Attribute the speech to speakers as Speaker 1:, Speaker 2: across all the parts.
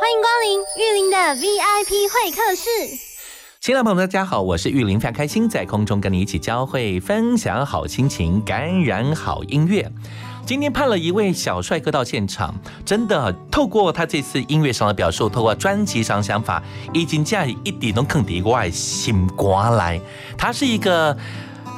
Speaker 1: 欢迎光临玉林的 VIP 会客室。
Speaker 2: 新来朋友大家好，我是玉林，非常开心在空中跟你一起交汇，分享好心情，感染好音乐。今天派了一位小帅哥到现场，真的透过他这次音乐上的表述，透过专辑上的想法，已经驾驭一点都坑敌外心瓜来。他是一个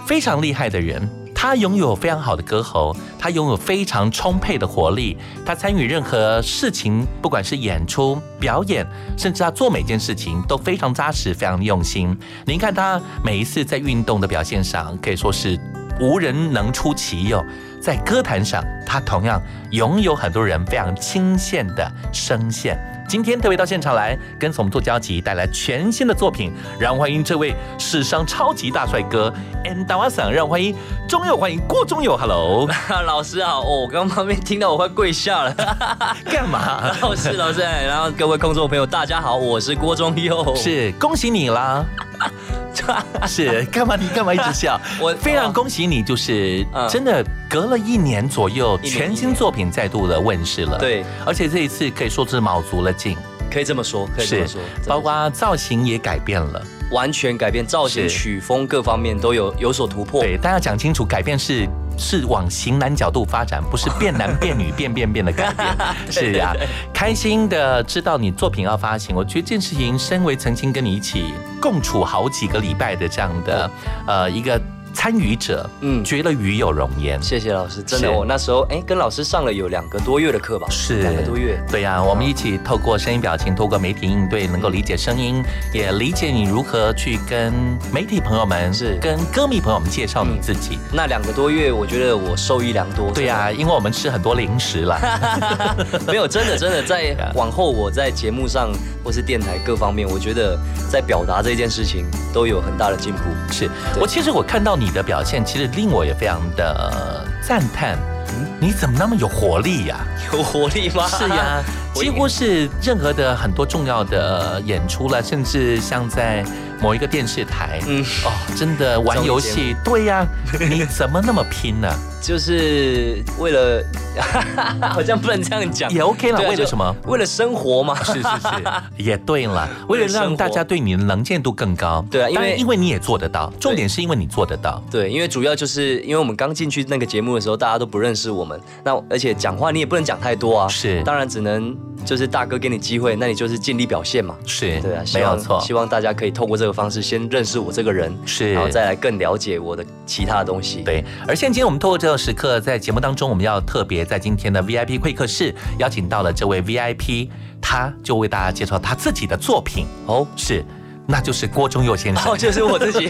Speaker 2: 非常厉害的人，他拥有非常好的歌喉，他拥有非常充沛的活力。他参与任何事情，不管是演出、表演，甚至他做每件事情都非常扎实、非常用心。您看他每一次在运动的表现上，可以说是无人能出其右。在歌坛上，他同样拥有很多人非常清羡的声线。今天特别到现场来，跟我们做交集，带来全新的作品。让我们欢迎这位史上超级大帅哥 N 大瓦桑，让我们欢迎中佑，欢迎郭中佑，Hello，
Speaker 3: 老师好，哦，我刚旁边听到我快跪下了。
Speaker 2: 干嘛？
Speaker 3: 老师，老师，哎然后各位空众朋友，大家好，我是郭忠佑。
Speaker 2: 是恭喜你 啦！是干嘛？你干嘛一直笑？
Speaker 3: 我
Speaker 2: 非常恭喜你，就是
Speaker 3: 嗯
Speaker 2: 真的隔了一年左右，
Speaker 3: 一年
Speaker 2: 全新作品再度的问世了。，
Speaker 3: 对，
Speaker 2: 而且这一次可以说是卯足了劲，
Speaker 3: 可以这么说，可以这么说，真的
Speaker 2: 包括造型也改变了。
Speaker 3: 完全改变造型、
Speaker 2: 是
Speaker 3: 曲风各方面都有有所突破。
Speaker 2: 对，但要讲清楚，改变是是往型男角度发展，不是变男变女变变变的改 变。是啊，开心的知道你作品要发行，我觉得这件事情，身为曾经跟你一起共处好几个礼拜的这样的呃一个参与者，
Speaker 3: 嗯
Speaker 2: 觉得与有荣焉。
Speaker 3: 谢谢老师，真的，
Speaker 2: 是
Speaker 3: 我那时候哎跟老师上了有两个多月的课吧，
Speaker 2: 是
Speaker 3: 两个多月。哦
Speaker 2: 对呀、我们一起透过声音表情，透过媒体应对，能够理解声音，也理解你如何去跟媒体朋友们、
Speaker 3: 是嗯
Speaker 2: 跟歌迷朋友们介绍你自己。
Speaker 3: 那两个多月，我觉得我受益良多。
Speaker 2: 对呀、因为我们吃很多零食啦。
Speaker 3: 真的，没有真的真的， 在
Speaker 2: Yeah
Speaker 3: 往后我在节目上或是电台各方面，我觉得在表达这件事情都有很大的进步。
Speaker 2: 是
Speaker 3: 对
Speaker 2: 我其实我看到你的表现，其实令我也非常的赞叹。
Speaker 3: 嗯
Speaker 2: 你怎么那么有活力呀、
Speaker 3: 有活力吗？
Speaker 2: 是呀，
Speaker 3: 我以
Speaker 2: 几乎是任何的很多重要的演出了，甚至像在某一个电视台，
Speaker 3: 嗯
Speaker 2: 哦，真的玩游戏，对呀、你怎么那么拼 呢、
Speaker 3: 就是为了， 好像不能这样讲，
Speaker 2: 也 OK 了，
Speaker 3: 对啊
Speaker 2: 为了
Speaker 3: 就
Speaker 2: 什么？
Speaker 3: 为了生活嘛。
Speaker 2: 是是是， 也对了，为了让大家对你的能见度更高，
Speaker 3: 对啊因为
Speaker 2: 当然因为你也做得到，重点是因为你做得到，
Speaker 3: 对，因为主要就是因为我们刚进去那个节目的时候，大家都不认识我们，那而且讲话你也不能讲太多啊，
Speaker 2: 是
Speaker 3: 当然只能就是大哥给你机会，那你就是尽力表现嘛。
Speaker 2: 是，
Speaker 3: 对啊，希
Speaker 2: 没
Speaker 3: 望
Speaker 2: 有错，
Speaker 3: 希望大家可以透过这个方式先认识我这个人，
Speaker 2: 是
Speaker 3: 然后再来更了解我的其他的东西。，
Speaker 2: 对，而现今天我们透过这个时刻，在节目当中，我们要特别在今天的 VIP 会客室邀请到了这位 VIP，他就为大家介绍他自己的作品哦，是，那就是郭忠佑先
Speaker 3: 然
Speaker 2: 生
Speaker 3: 后，就是 我自己，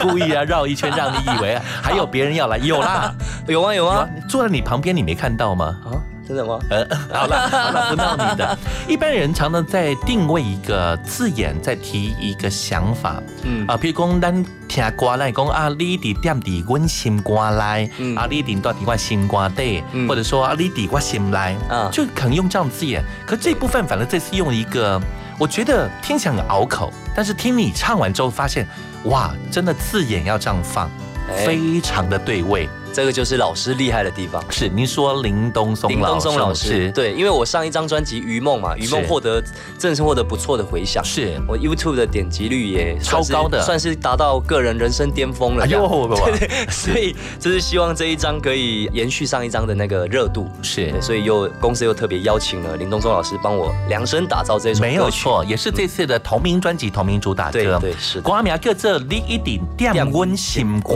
Speaker 2: 故意啊绕一圈，让你以为啊还有别人要来，有啦，
Speaker 3: 有啊有
Speaker 2: 有啊
Speaker 3: 啊，
Speaker 2: 坐在你旁边，你没看到吗？
Speaker 3: 啊，真的吗？
Speaker 2: 呃，好了好了，不闹你的。一般人常常在定位一个字眼，在提一个想法，
Speaker 3: 嗯
Speaker 2: 啊，譬如讲，咱听歌来讲啊，你伫点伫阮心肝内，
Speaker 3: 嗯
Speaker 2: 啊，你伫到伫我心肝底，
Speaker 3: 嗯
Speaker 2: 或者说啊，你伫我心内，
Speaker 3: 啊
Speaker 2: 就可能用这样字眼。可这部分反而这次用一个，我觉得听起来很拗口，但是听你唱完之后发现，哇，真的字眼要这样放，
Speaker 3: 哎
Speaker 2: 非常的对味。
Speaker 3: 这个就是老师厉害的地方。
Speaker 2: 是，您说林东松
Speaker 3: 林
Speaker 2: 老
Speaker 3: 东
Speaker 2: 师，
Speaker 3: 松老师，对，因为我上一张专辑《余梦》嘛，《余梦
Speaker 2: 是》
Speaker 3: 获得正是获得不错的回响，
Speaker 2: 是。
Speaker 3: 我 YouTube 的点击率也
Speaker 2: 超
Speaker 3: 算是
Speaker 2: 高的
Speaker 3: 算是达到个人人生巅峰了
Speaker 2: 哎
Speaker 3: 这
Speaker 2: 呦，
Speaker 3: 样。
Speaker 2: 我我我
Speaker 3: 所以就是希望这一张可以延续上一张的那个热度，
Speaker 2: 是
Speaker 3: 对所以又公司又特别邀请了林东松老师帮我量身打造这首歌曲，
Speaker 2: 没有错，也是这次的同名专辑同名主打
Speaker 3: 对
Speaker 2: 歌。
Speaker 3: 对是的
Speaker 2: 歌名叫做《你一定点阮心肝》。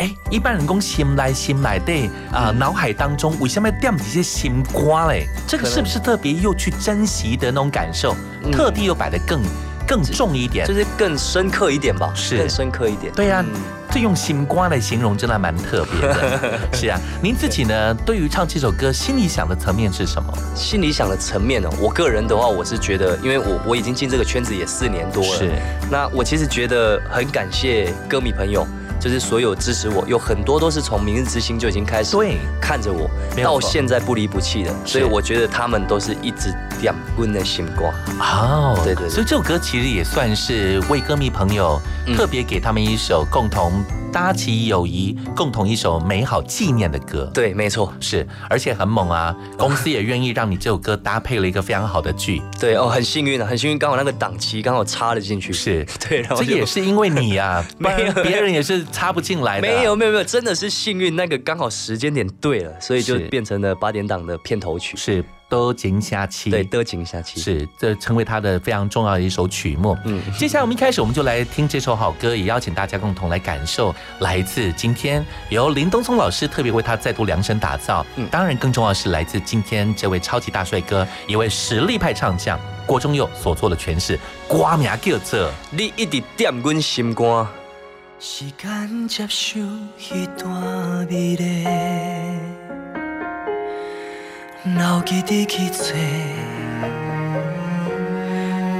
Speaker 2: 哎，一般人讲心内心内底啊，脑海当中为什么要点这些心肝嘞？这个
Speaker 3: 可能
Speaker 2: 是不是特别又去珍惜的那种感受？
Speaker 3: 嗯
Speaker 2: 特地又摆得更更重一点
Speaker 3: 就。是更深刻一点吧，
Speaker 2: 是
Speaker 3: 更深刻一点。
Speaker 2: 对呀、啊
Speaker 3: 嗯
Speaker 2: 这用心瓜来形容真的蛮特别 的。是啊，您自己呢，对于唱这首歌，心里想的层面是什么？
Speaker 3: 心里想的层面呢、我个人的话，我是觉得，因为我我已经进这个圈子也四年多了，
Speaker 2: 是
Speaker 3: 那我其实觉得很感谢歌迷朋友，就是所有支持我，有很多都是从《明日之星》就已经开始
Speaker 2: 对
Speaker 3: 看着我
Speaker 2: 没，有错
Speaker 3: 到现在不离不弃的，
Speaker 2: 是
Speaker 3: 所以我觉得他们都是一直点温的心光。
Speaker 2: 哦，
Speaker 3: 对对对
Speaker 2: 所以这首歌其实也算是为歌迷朋友、
Speaker 3: 嗯
Speaker 2: 特别给他们一首共同搭起友谊、共同一首美好纪念的歌。
Speaker 3: 对，哦没错，
Speaker 2: 是，而且很猛啊！公司也愿意让你这首歌搭配了一个非常好的 剧，
Speaker 3: 对哦，很幸运啊，很幸运，刚好那个档期刚好插了进去，
Speaker 2: 是
Speaker 3: 对，然后
Speaker 2: 这
Speaker 3: 就
Speaker 2: 也是因为你啊，不然
Speaker 3: 没有
Speaker 2: 别人也是插不进来的、啊
Speaker 3: 没有，没有没有，真的是幸运，那个刚好时间点对了，所以就是变成了八点档的片头曲，
Speaker 2: 是都井下期。
Speaker 3: 对，得情下期。
Speaker 2: 是，这成为他的非常重要的一首曲目。嗯
Speaker 3: 嗯，
Speaker 2: 接下来我们一开始我们就来听这首好歌，也邀请大家共同来感受来自今天由林东松老师特别为他再度量身打造。
Speaker 3: 嗯
Speaker 2: 当然更重要的是来自今天这位超级大帅哥，一位实力派唱将郭忠佑所做的诠释。瓜名叫做
Speaker 3: 你一直点阮心肝，
Speaker 4: 时间接受那段美丽，留记你去找，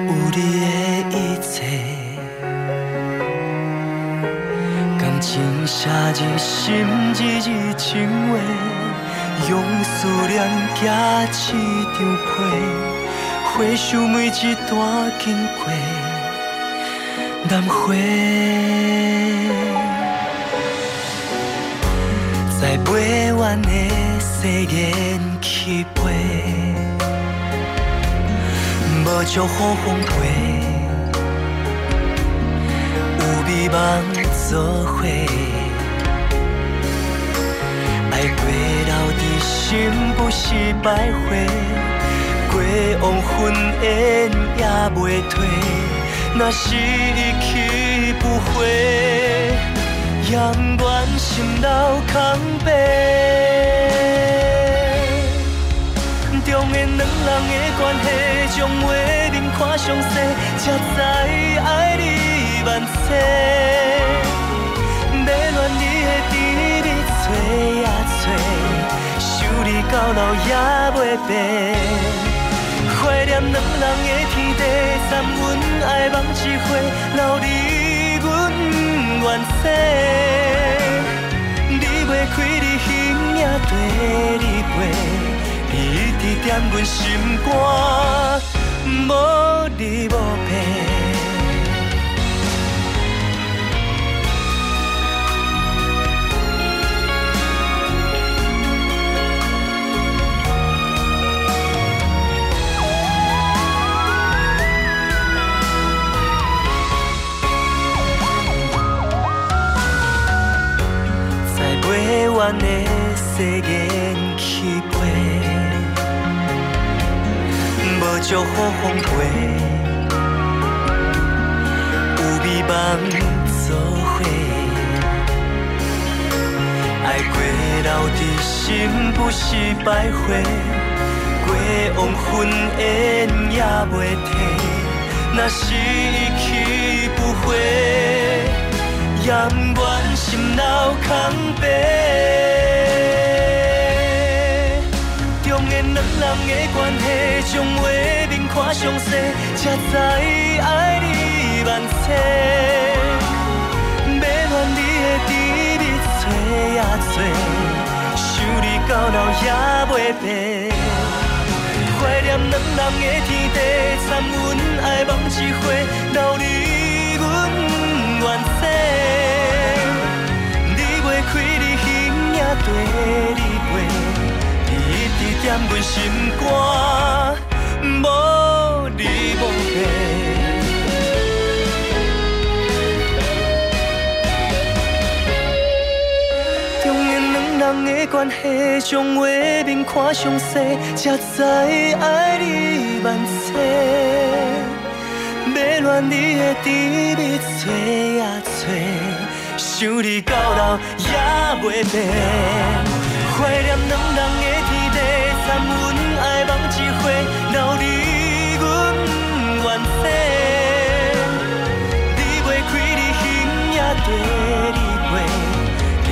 Speaker 4: 有你的一切，感情写入心一日情话，用思念寄一张批，回想每一段经过。南回。在袂完的誓言去飞，无祝福风飞，有美梦做伙，爱过留在心不是徘徊，过往婚宴也袂退，若是一去不回。甘愿心留空白。中的两人的关系，将话面看详细，才知爱你万千。要恋你的甜蜜，找呀找，想你到老也袂变。怀念两人的天地，参阮爱梦一回，留你阮原世。离袂开你形影地你陪，你一直惦阮心肝，无你无变。在袂完的誓言去飞，无祝福风飞，有美梦做伙，爱过留在心不是徘徊，过往婚宴也袂提，若是一去不回。也不愿心留空白。中的两人的关系，将话面看详细，才知爱你万千。要恋你的甜蜜，找呀找，想你到老也袂变。怀念两人的天地，参阮爱梦一回，留你阮原世。离袂开你形影地你陪，你一直惦阮心肝，无你无变。中年两人的关系，将话面看详细，才知爱你万千。要恋你的甜蜜，找呀找，想你到老也袂变。怀念两人的天地，参阮爱梦一回，留你阮原世。离袂开你形影地你陪，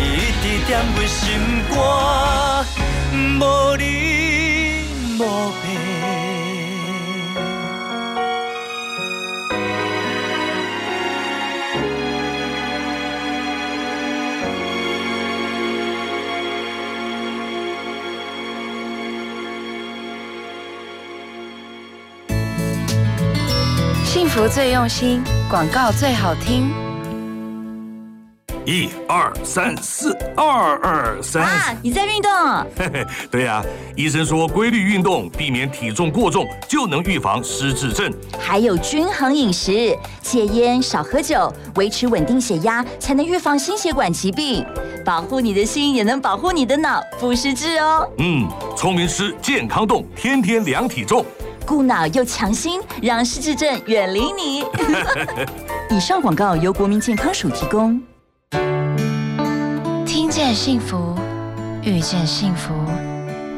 Speaker 5: 幸福最用心，广告最好听。
Speaker 6: 一二三四，二二三
Speaker 7: 啊
Speaker 6: 四。，
Speaker 7: 你在运动哦？
Speaker 6: 对呀、医生说规律运动，避免体重过重，就能预防失智症。
Speaker 7: 还有均衡饮食，戒烟少喝酒，维持稳定血压，才能预防心血管疾病，保护你的心，也能保护你的脑，不失智哦。
Speaker 6: 嗯，聪明吃，健康动，天天量体重。
Speaker 7: 顾脑又强心，让失智症远离你。以上广告由国民健康署提供。
Speaker 5: 听见幸福，遇见幸福。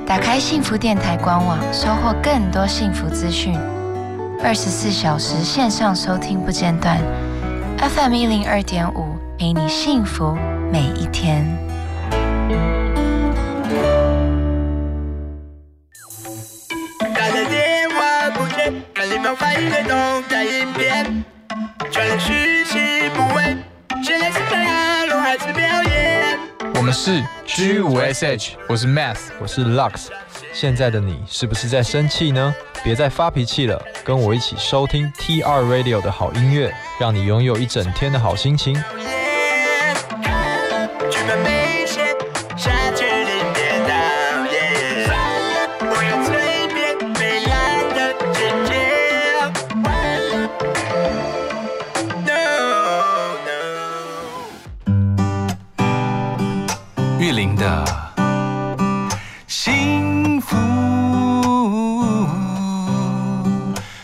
Speaker 5: 打开幸福电台官网，收获更多幸福资讯。二十四小时线上收听不间断，FM 一零二点五陪你幸福每一天。
Speaker 8: 打的电话不接，看你们翻译的都在一边，传来讯息不回，现在是在哪路还是表演？
Speaker 9: 我们是 G 五 SH，我是 Math，
Speaker 10: 我是 Lux，现在的你是不是在生气呢？别再发脾气了，跟我一起收听 TR Radio 的好音乐，让你拥有一整天的好心情。
Speaker 8: 剧本没写，下去你别导演。我要蜕变美烂的姐姐。No no。
Speaker 11: 玉林的幸福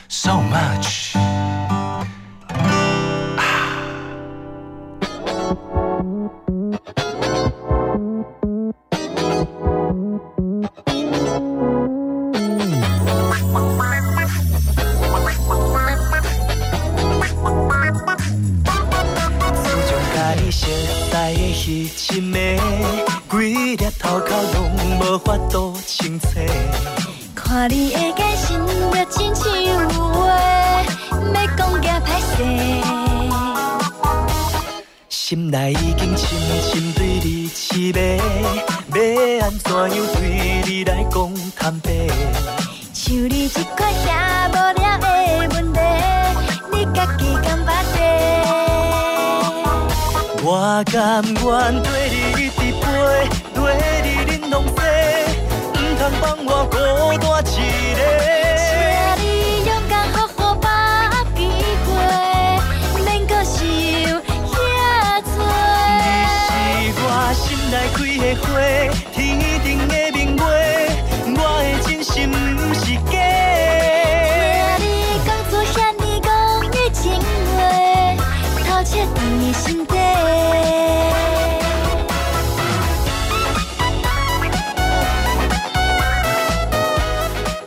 Speaker 11: ，so much。
Speaker 4: 自从甲你熟在的彼一暝，规日头壳拢无法度清醒。
Speaker 1: 看你的眼神，就亲像有话要讲加歹势。
Speaker 4: 心内已经深深对你痴迷，要安怎样对你来讲坦白？
Speaker 1: 像你这款遐无聊的问题，你家己敢捌地？
Speaker 4: 我甘愿对你一直飞，对你恁拢西，毋通放我孤单一个。
Speaker 1: 请你勇敢好好把握机会，免搁想遐多。
Speaker 4: 你是我心内开的花，天顶的明月，我的真心不是假。
Speaker 1: 请你讲出遐尼憨的情话，透彻你的心底。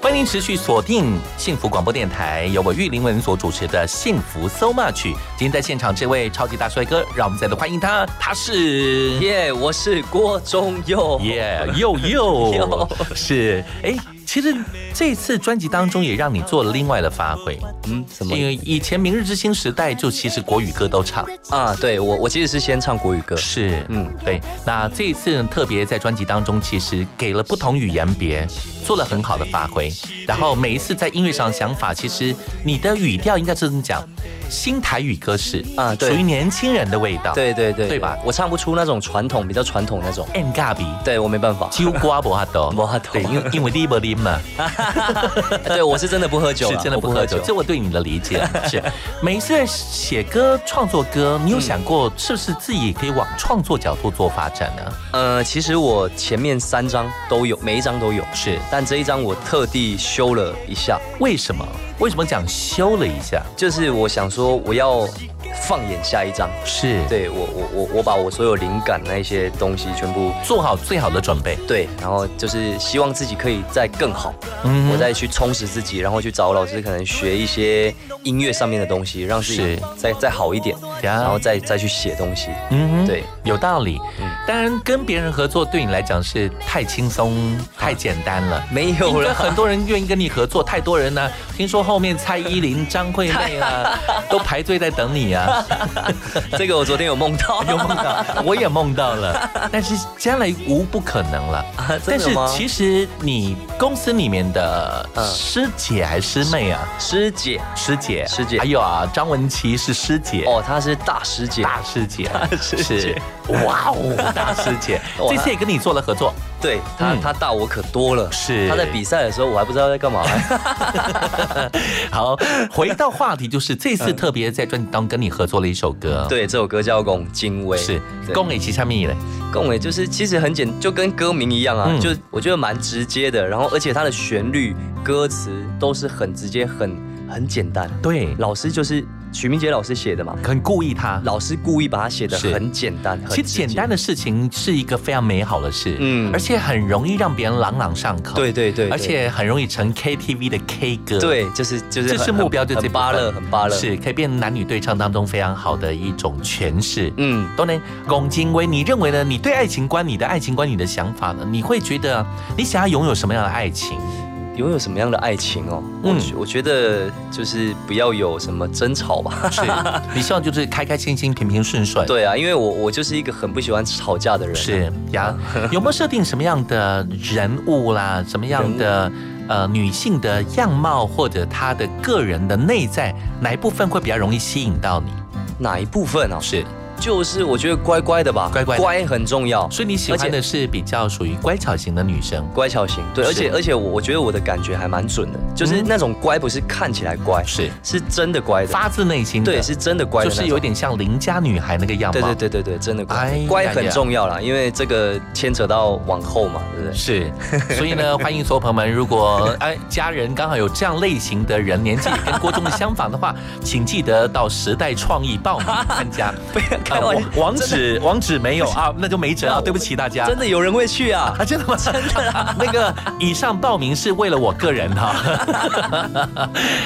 Speaker 2: 欢迎持续锁定幸福广播电台，由我玉林文所主持的《幸福 So Much》。今天在现场这位超级大帅哥，让我们再度欢迎他，他是
Speaker 3: 耶、我是郭宗佑。
Speaker 2: 耶又又
Speaker 3: 又
Speaker 2: 是哎。其实这次专辑当中也让你做了另外的发挥，
Speaker 3: 嗯，什么
Speaker 2: 因为以前《明日之星》时代就其实国语歌都唱，
Speaker 3: 啊？对我，我其实是先唱国语歌。
Speaker 2: 是，嗯
Speaker 3: 嗯，
Speaker 2: 对。那这一次呢特别在专辑当中，其实给了不同语言别做了很好的发挥。然后每一次在音乐上的想法，其实你的语调应该是这么讲，新台语歌式
Speaker 3: 啊对
Speaker 2: 属于年轻人的味道。
Speaker 3: 对对对
Speaker 2: 啊对吧
Speaker 3: 我唱不出那种传统，比较传统那种。
Speaker 2: ，N 尬比，
Speaker 3: 对我没办法，
Speaker 2: 酒瓜不哈多，
Speaker 3: 没法度
Speaker 2: 对，因为因为你不啉嘛，
Speaker 3: 对我是真的不喝酒啊，
Speaker 2: 是真的
Speaker 3: 我
Speaker 2: 不喝酒。这我对你的理 解是，每一次在写歌、创作歌，你有想过是不是自己可以往创作角度做发展呢？
Speaker 3: 呃，其实我前面三张都有，每一张都有，
Speaker 2: 是，
Speaker 3: 但这一张我特地修了一下，
Speaker 2: 为什么？为什么讲修了一下？
Speaker 3: 就是我想说我要放眼下一张。
Speaker 2: 是
Speaker 3: 对我我我我把我所有灵感那一些东西全部
Speaker 2: 做好最好的准备。
Speaker 3: 对，然后就是希望自己可以再更好，
Speaker 2: 嗯
Speaker 3: 我再去充实自己，然后去找老师可能学一些音乐上面的东西，让自己
Speaker 2: 是
Speaker 3: 再再好一点，
Speaker 2: 呀
Speaker 3: 然后再再去写东西。
Speaker 2: 嗯哼
Speaker 3: 对，
Speaker 2: 有道理
Speaker 3: 嗯。
Speaker 2: 当然，跟别人合作对你来讲是太轻松、太简单了。
Speaker 3: 没有
Speaker 2: 应该
Speaker 3: 了，
Speaker 2: 很多人愿意跟你合作，太多人呢、听说后面蔡依林、 张惠妹 啊，都排队在等你啊。
Speaker 3: 这个我昨天有梦到，
Speaker 2: 有梦到，我也梦到了。但是将来无不可能了。但
Speaker 3: 真的
Speaker 2: 是
Speaker 3: 吗嗯
Speaker 2: 其实你公司里面的师姐还是师妹啊？
Speaker 3: 师姐，
Speaker 2: 师姐，
Speaker 3: 师姐。
Speaker 2: 还有啊，张文琪是师姐
Speaker 3: 哦，她是大师姐，
Speaker 2: 大师姐，大
Speaker 3: 师姐
Speaker 2: 姐，哇哦，大师姐，
Speaker 3: 哇
Speaker 2: 这次也跟你做了合作。
Speaker 3: 对她，她大我可多了。
Speaker 2: 嗯是
Speaker 3: 她在比赛的时候，我还不知道 在干嘛。
Speaker 2: 好，回到话题，就是这次特别在专辑当中跟你合作了一首歌，，
Speaker 3: 对，这首歌叫《龚金威》，
Speaker 2: 是
Speaker 3: 对
Speaker 2: 恭喜其下面嘞，
Speaker 3: 共诶，就是其实很简，就跟歌名一样啊，
Speaker 2: 嗯
Speaker 3: 就我觉得蛮直接的。然后而且它的旋律、歌词都是很直接、很很简单。
Speaker 2: 对，
Speaker 3: 老师就是许明杰老师写的嘛，
Speaker 2: 很故意他。
Speaker 3: 老师故意把它写的
Speaker 2: 是
Speaker 3: 很简单，
Speaker 2: 其实
Speaker 3: 很直接
Speaker 2: 简单。的事情是一个非常美好的事，嗯，
Speaker 3: 嗯
Speaker 2: 而且很容易让别人朗朗上口，
Speaker 3: 对对对，对
Speaker 2: 而且很容易成 KTV 的 K 歌，
Speaker 3: 对，就是就是
Speaker 2: 这
Speaker 3: 很
Speaker 2: 是目标，就这
Speaker 3: 很
Speaker 2: 部
Speaker 3: 巴
Speaker 2: 分
Speaker 3: 乐，很巴乐。
Speaker 2: 是可以变男女对唱当中非常好的一种诠释。
Speaker 3: 嗯，
Speaker 2: 都能。龚金威，你认为呢？你对爱情观，你的爱情观，你的想法呢？你会觉得啊你想要拥有什么样的爱 情？
Speaker 3: 拥有什么样的爱情哦？
Speaker 2: 嗯
Speaker 3: 我觉我觉得就是不要有什么争吵吧。
Speaker 2: 是，你希望就是开开心心、平平顺顺。，
Speaker 3: 对啊，因为我我就是一个很不喜欢吵架的人啊。
Speaker 2: 是 呀。有没有设定什么样的人物啦？什么样的呃女性的样貌，或者她的个人的内在哪一部分会比较容易吸引到你？
Speaker 3: 哪一部分啊？
Speaker 2: 是，
Speaker 3: 就是我觉得乖乖的吧，
Speaker 2: 乖乖的
Speaker 3: 乖很重要。
Speaker 2: 所以你喜
Speaker 3: 而且
Speaker 2: 欢的是比较属于乖巧型的女生。
Speaker 3: 乖巧型，对，
Speaker 2: 是嗯
Speaker 3: 而且而且我我觉得我的感觉还蛮准的，就是那种乖不是看起来乖，
Speaker 2: 是
Speaker 3: 是真的乖的，
Speaker 2: 发自内心的，
Speaker 3: 对，是真的乖的
Speaker 2: 就
Speaker 3: 那种，
Speaker 2: 是有点像邻家女孩那个样貌。
Speaker 3: 对对对对对，真的乖，
Speaker 2: 哎呀
Speaker 3: 乖
Speaker 2: 呀
Speaker 3: 很重要啦，因为这个牵扯到往后嘛，对不对？
Speaker 2: 是， 所以呢，欢迎所有朋友们，如果哎家人刚好有这样类型的人，年纪也跟郭忠的相仿的话，请记得到时代创意报名参加。
Speaker 3: 不要开
Speaker 2: 呃
Speaker 3: 玩笑
Speaker 2: 网，网址网址没有啊，那就没辙啊，对不起大家。
Speaker 3: 真的有人会去啊，
Speaker 2: 啊，真 的吗？真的。 那个以上报名是为了我个人 哈、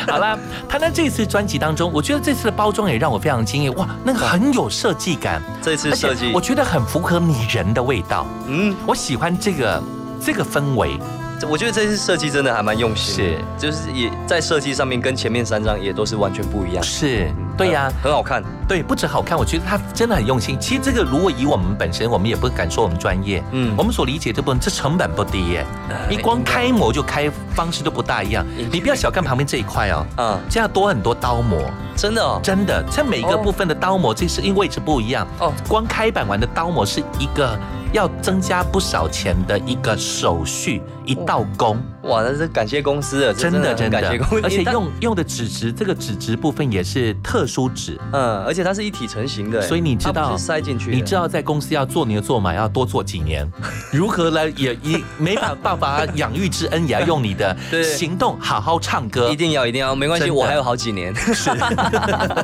Speaker 2: 好啦，谈谈这次专辑当中，我觉得这次的包装也让我非常惊艳，哇，那个很有设计感，
Speaker 3: 这次设
Speaker 2: 而且
Speaker 3: 计
Speaker 2: 我，觉得很符合你人的味道，
Speaker 3: 嗯，
Speaker 2: 我喜欢这个这个氛围。
Speaker 3: 这我觉得这次设计真的还蛮用心的，就是也在设计上面跟前面三张也都是完全不一样，
Speaker 2: 是，对呀、
Speaker 3: 很好看，
Speaker 2: 对，不止好看，我觉得他真的很用心。其实这个如果以我们本身，我们也不敢说我们专业，嗯
Speaker 3: 嗯，
Speaker 2: 我们所理解这部分，这成本不低耶。
Speaker 3: 呃
Speaker 2: 你光开模就开方式都不大一样，
Speaker 3: 嗯
Speaker 2: 你不要小看旁边这一块哦，
Speaker 3: 啊，
Speaker 2: 这样多很多刀模，
Speaker 3: 真的哦，
Speaker 2: 真的，它每一个
Speaker 3: 哦
Speaker 2: 部分的刀模，这是因为位置不一样哦
Speaker 3: 哦。
Speaker 2: 光开板完的刀模是一个要增加不少钱的一个手续，一道工。
Speaker 3: 哇，那是感谢公司了，哦这
Speaker 2: 真的
Speaker 3: 很
Speaker 2: 真的
Speaker 3: 感谢公司，，
Speaker 2: 而且
Speaker 3: 它
Speaker 2: 用用的纸质，这个纸质部分也是特殊纸，
Speaker 3: 嗯，而且它是一体成型的，欸
Speaker 2: 所以你知
Speaker 3: 它
Speaker 2: 道
Speaker 3: 不是啊塞进去的，
Speaker 2: 你知道在公司要做牛做马要多做几 年，如何来也也没办法把养育之恩，也要用你的
Speaker 3: 对
Speaker 2: 行动好好唱歌
Speaker 3: 一定要一定要，没关系，
Speaker 2: 真的
Speaker 3: 我还有好几年。 是，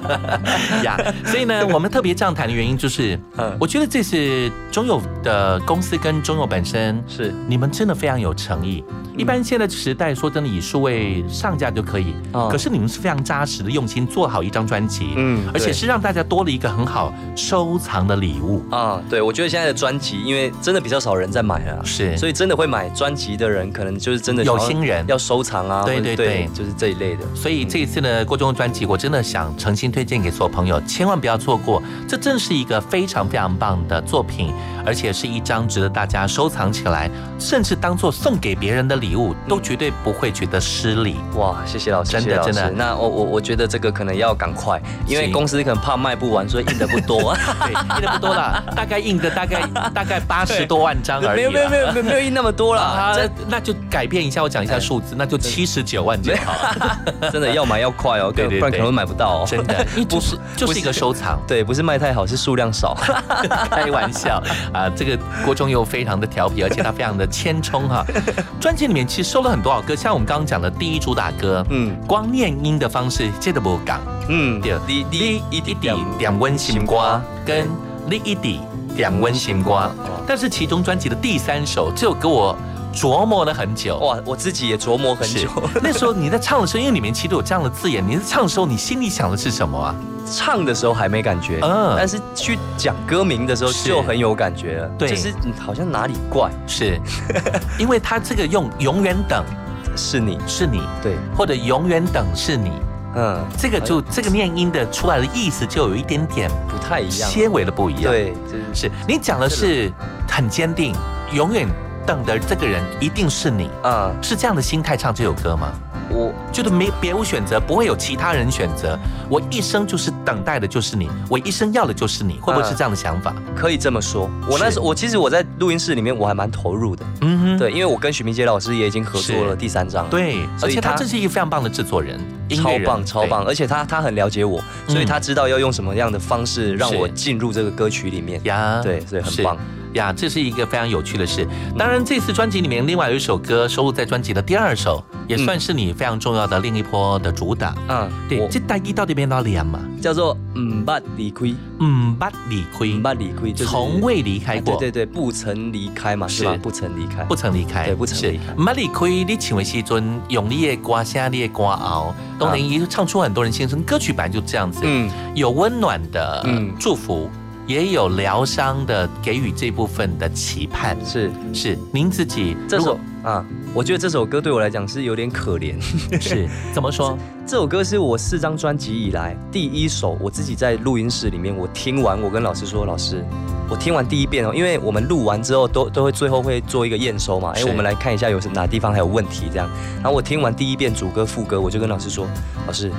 Speaker 2: 呀。所以呢，我们特别这样谈的原因就是
Speaker 3: 嗯，
Speaker 2: 我觉得这是中友的公司跟中友本身
Speaker 3: 是嗯
Speaker 2: 你们真的非常有诚意。一般现在时代说真的，以数位上架就可以，
Speaker 3: 哦
Speaker 2: 可是你们是非常扎实的用心做好一张专辑，
Speaker 3: 嗯
Speaker 2: 而且
Speaker 3: 对
Speaker 2: 是让大家多了一个很好收藏的礼物。
Speaker 3: 啊，对，我觉得现在的专辑，因为真的比较少人在买了啊，
Speaker 2: 是
Speaker 3: 所以真的会买专辑的人，可能就是真的
Speaker 2: 有
Speaker 3: 想要
Speaker 2: 心人
Speaker 3: 要收藏啊，
Speaker 2: 对
Speaker 3: 或
Speaker 2: 对
Speaker 3: 者
Speaker 2: 对
Speaker 3: 就是这一类的。
Speaker 2: 所以这一次呢，郭忠的专辑，我真的想诚心推荐给所有朋友，千万不要错过。这真是一个非常非常棒的作品，而且是一张值得大家收藏起来，甚至当做送给别人的礼物，都绝对不会觉得失礼。
Speaker 3: 哇，谢谢老师，
Speaker 2: 真的
Speaker 3: 谢谢老师
Speaker 2: 真的
Speaker 3: 那我我我觉得这个可能要赶快，因为
Speaker 2: 行
Speaker 3: 公司可能怕卖不完，所以印的不多。
Speaker 2: 对，印的不多啦，大概印的大概大概八十多万张而已
Speaker 3: 没有没有没有没有没有印那么多
Speaker 2: 啊那
Speaker 3: 啦，，真
Speaker 2: 那就改变一下，我讲一下数字，那就七十九万就好，
Speaker 3: 真的要买要快哦，
Speaker 2: 对对
Speaker 3: 不然
Speaker 2: 对
Speaker 3: 可能会买 不到哦。
Speaker 2: 真的，因为就是就是一个收藏。
Speaker 3: 对，不是卖太好，是数量少。
Speaker 2: 开玩笑啊，这个郭忠佑非常的调皮，而且他非常的谦冲 哈、专辑里面其实收了很多好歌，像我们刚刚讲的第一主打歌，
Speaker 3: 嗯
Speaker 2: 光念音的方式，这都不讲。
Speaker 3: 嗯，
Speaker 2: 对，
Speaker 3: 你你
Speaker 2: 一滴
Speaker 3: 点
Speaker 2: 点温心瓜
Speaker 3: 心，
Speaker 2: 跟你一滴点温心瓜
Speaker 3: 哦。
Speaker 2: 但是其中专辑的第三首，这首歌我琢磨了很久。
Speaker 3: 哇，我自己也琢磨很
Speaker 2: 是
Speaker 3: 久。
Speaker 2: 那时候你在唱的时候，因为里面其实有这样的字眼，你在唱的时候，你心里想的是什么啊？
Speaker 3: 唱的时候还没感觉，
Speaker 2: 嗯
Speaker 3: 但是去讲歌名的时候
Speaker 2: 是
Speaker 3: 就很有感觉了。
Speaker 2: 对
Speaker 3: 就是嗯好像哪里怪，
Speaker 2: 是，因为他这个用永远等，
Speaker 3: 是你，
Speaker 2: 是你，
Speaker 3: 对，
Speaker 2: 或者永远等是你，
Speaker 3: 嗯，
Speaker 2: 这个就这个念音的出来的意思就有一点点
Speaker 3: 不太一样，
Speaker 2: 些微的不一样。
Speaker 3: 对，
Speaker 2: 是你讲的是很坚定，永远等的这个人一定是你，
Speaker 3: 嗯，
Speaker 2: 是这样的心态唱这首歌吗？
Speaker 3: 我
Speaker 2: 觉得没别无选择，不会有其他人选择。我一生就是等待的就是你，我一生要的就是你，会不会
Speaker 3: 嗯
Speaker 2: 是这样的想法？
Speaker 3: 可以这么说。我那时候，我其实我在录音室里面我还蛮投入的，
Speaker 2: 嗯哼，
Speaker 3: 对，因为我跟许明杰老师也已经合作了第三张了，
Speaker 2: 对，
Speaker 3: 所
Speaker 2: 而
Speaker 3: 以
Speaker 2: 且他真是一个非常棒的制作人，音乐
Speaker 3: 超
Speaker 2: 人嗯
Speaker 3: 棒超棒，而且他他很了解我，所以他知道要用什么样的方式让我
Speaker 2: 是
Speaker 3: 进入这个歌曲里面
Speaker 2: 呀，
Speaker 3: 对，所以
Speaker 2: 是
Speaker 3: 很棒。
Speaker 2: 呀，这是一个非常有趣的事。当然，这次专辑里面另外有一首歌收录在专辑的第二首，也算是你非常重要的另一波的主打。
Speaker 3: 嗯，
Speaker 2: 对，这单一到底变到脸嘛？
Speaker 3: 叫做嗯捌理亏，
Speaker 2: 嗯捌理亏，
Speaker 3: 嗯捌理亏，就是啊
Speaker 2: 从未离开过
Speaker 3: 对对对，不曾离开嘛，是吧
Speaker 2: 是？
Speaker 3: 不曾离开，
Speaker 2: 不曾离开，
Speaker 3: 对，不曾
Speaker 2: 是
Speaker 3: 离开。。
Speaker 2: 捌离开你唱的时阵，用你的歌声、你的歌喉，都能一唱出很多人心声。歌曲本来就这样子，
Speaker 3: 嗯，
Speaker 2: 有温暖的
Speaker 3: 嗯
Speaker 2: 祝福，也有疗伤的给予这部分的期盼。
Speaker 3: 是
Speaker 2: 是，您自己
Speaker 3: 这
Speaker 2: 如
Speaker 3: 首
Speaker 2: 果
Speaker 3: 啊，我觉得这首歌对我来讲是有点可 怜。
Speaker 2: 是怎么说？
Speaker 3: 这首歌是我四张专辑以来第一首，我自己在录音室里面，我听完，我跟老师说，老师，我听完第一遍哦，因为我们录完之后都都会最后会做一个验收嘛，哎，
Speaker 2: 是
Speaker 3: 我们来看一下有哪地方还有问题这样。然后我听完第一遍主歌副歌，我就跟老师说，老师。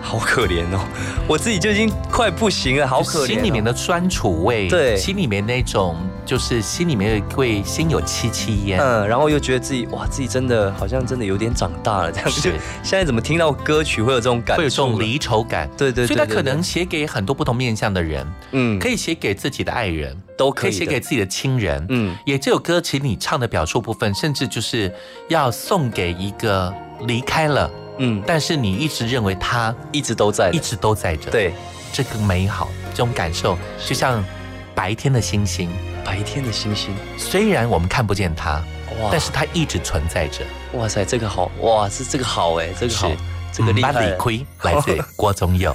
Speaker 3: 好可怜哦，我自己就已经快不行了， 好可怜哦、
Speaker 2: 心里面的酸楚味，
Speaker 3: 对
Speaker 2: 心里面那种就是心里面会心有戚戚焉。
Speaker 3: 嗯，然后又觉得自己哇，自己真的好像真的有点长大了这样。就现在怎么听到歌曲会有这种感触了？啊
Speaker 2: 会有这种离愁感，
Speaker 3: 对对对
Speaker 2: 所以他
Speaker 3: 对
Speaker 2: 可
Speaker 3: 对
Speaker 2: 能写给很多不同面向的人，
Speaker 3: 嗯，
Speaker 2: 可以写给自己的爱人，
Speaker 3: 都
Speaker 2: 可
Speaker 3: 可
Speaker 2: 以
Speaker 3: 以
Speaker 2: 写
Speaker 3: 的
Speaker 2: 给自己的亲人，
Speaker 3: 嗯，
Speaker 2: 也这首歌其实你唱的表述部分，甚至就是要送给一个离开了，
Speaker 3: 嗯，
Speaker 2: 但是你一直认为他
Speaker 3: 一直都在，
Speaker 2: 一直都在这，
Speaker 3: 对，
Speaker 2: 这个美好这种感受，就像白天的星星，
Speaker 3: 白天的星星，
Speaker 2: 虽然我们看不见它，
Speaker 3: 哇
Speaker 2: 但是它一直存在着。
Speaker 3: 哇塞，这个好，哇，是嗯这个好哎，这个好，这个厉害
Speaker 2: 班
Speaker 3: 了。
Speaker 2: 理亏来自郭宗佑。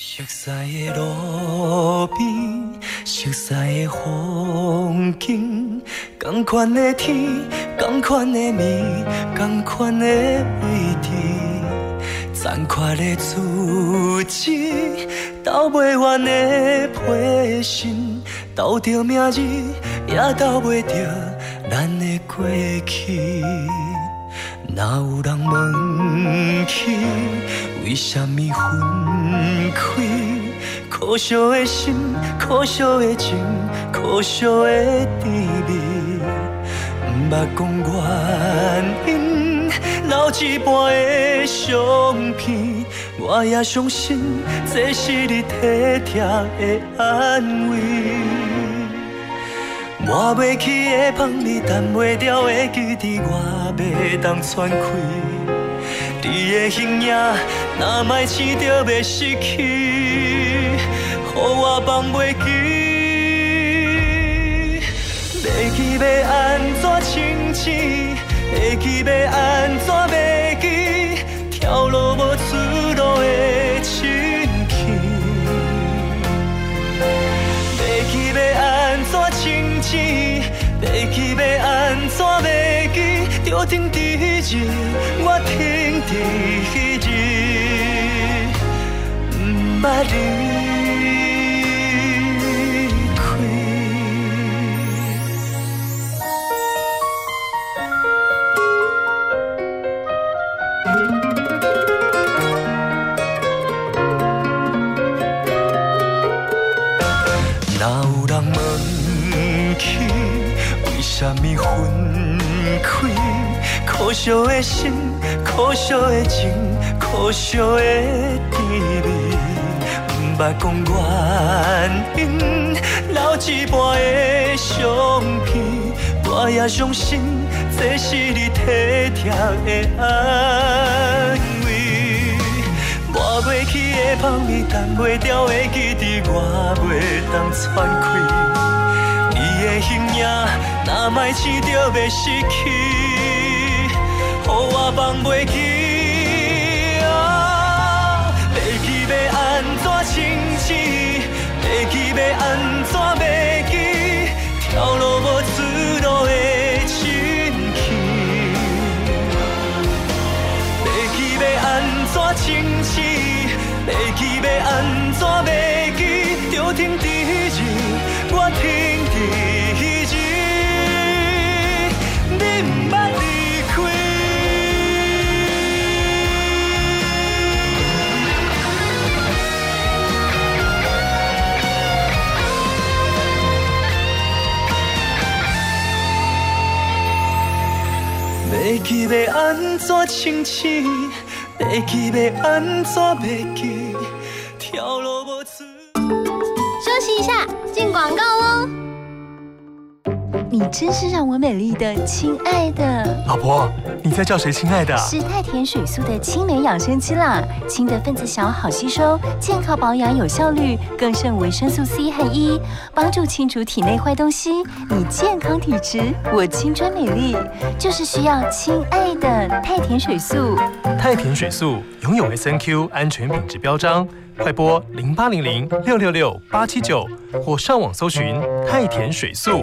Speaker 4: 熟悉的路边，熟悉的风景，同款的天，同款的暝，同款的位置，残缺的自制，斗不完的批信，斗着明日，也斗袂着咱的过去。若有人问起，为什么分开？可惜的心，可惜的情，可惜的甜蜜，毋捌讲原因，留一半的相片，我也相信这是你体贴的安慰。抹袂去的香味，淡袂掉的记忆，我袂当喘气。你的形影，若卖醒着袂失去，予我放袂记。袂记要安怎清醒？会记要安怎袂记？跳落无出路的深坑。袂记要安怎清醒，袂记要安怎袂记，就停伫迄日，我停伫迄日，毋捌离开。若有人问起，为什么分开？可惜的心，可惜的情，可惜的甜蜜，毋捌讲原因，留一半的相片，我也相信这是你体贴的安慰。抹袂去的香味，淡袂掉的记忆，我袂当喘气。你的形影，若卖醒着袂失去，予我放袂记。啊，袂记要安怎清醒？袂记要安怎袂记？跳落无出路的深坑。怎清醒？袂记要安怎袂记？就停伫迄日，我停伫迄日，你毋捌离开。袂记要安怎清醒？袂记要安怎袂记？跳落无出。
Speaker 1: 休息一下，进广告哦。
Speaker 7: 你真是让我美丽的亲爱的。
Speaker 12: 老婆，你在叫谁亲爱的？
Speaker 7: 是太田水素的青梅养生机啦，氢的分子小，好吸收，健康保养有效率，更胜维生素 C 和 E，帮助清除体内坏东西。你健康体质，我青春美丽，就是需要亲爱的太田水素。
Speaker 12: 太田水素拥有 SNQ 安全品质标章，快拨零八零零六六六八七九或上网搜寻太田水素。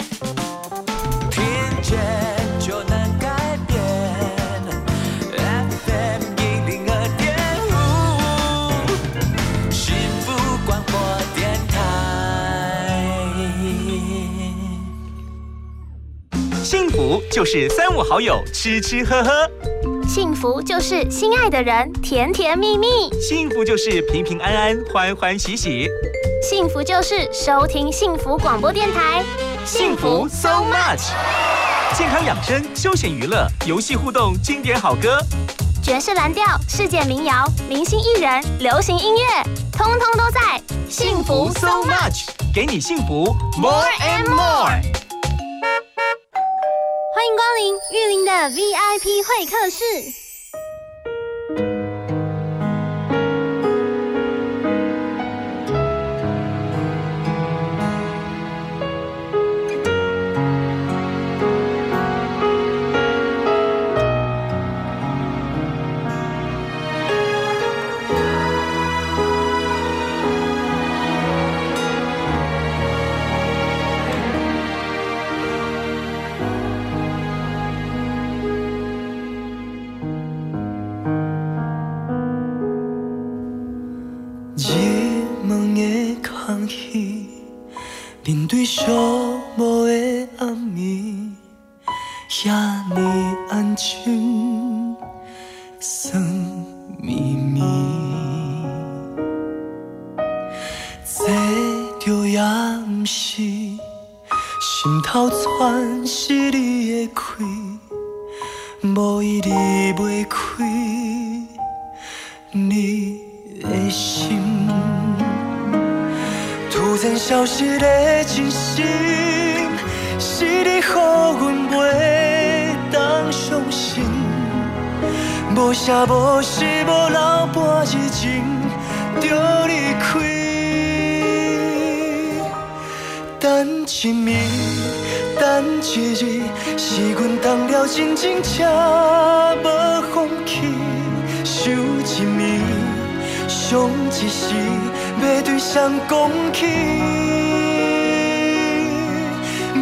Speaker 4: 听见就能改变。FM 一零二点五，幸福广播电台。
Speaker 11: 幸福就是三五好友吃吃喝喝，
Speaker 1: 幸福就是心爱的人甜甜蜜蜜，
Speaker 11: 幸福就是平平安安、欢欢喜喜。
Speaker 1: 幸福就是收听幸福广播电台，
Speaker 11: 幸福 so much，健康养生、休闲娱乐、游戏互动、经典好歌，
Speaker 1: 爵士蓝调、世界民谣、明星艺人、流行音乐，通通都在幸福 so much。
Speaker 11: 给你幸福 more and more。
Speaker 1: 欢迎光临玉林的 VIP 会客室。
Speaker 4: 入梦的空气，面对寂寞的暗暝，遐呢安静，酸绵绵。坐着也毋是，心头全是你的气，无伊离袂开你的心。突然消失的真心，是你予阮袂当相信。无声无息无留半日情，就离开。等一暝，等一日，是阮动了真情，才无放弃。想一暝，想一时，要对谁讲起？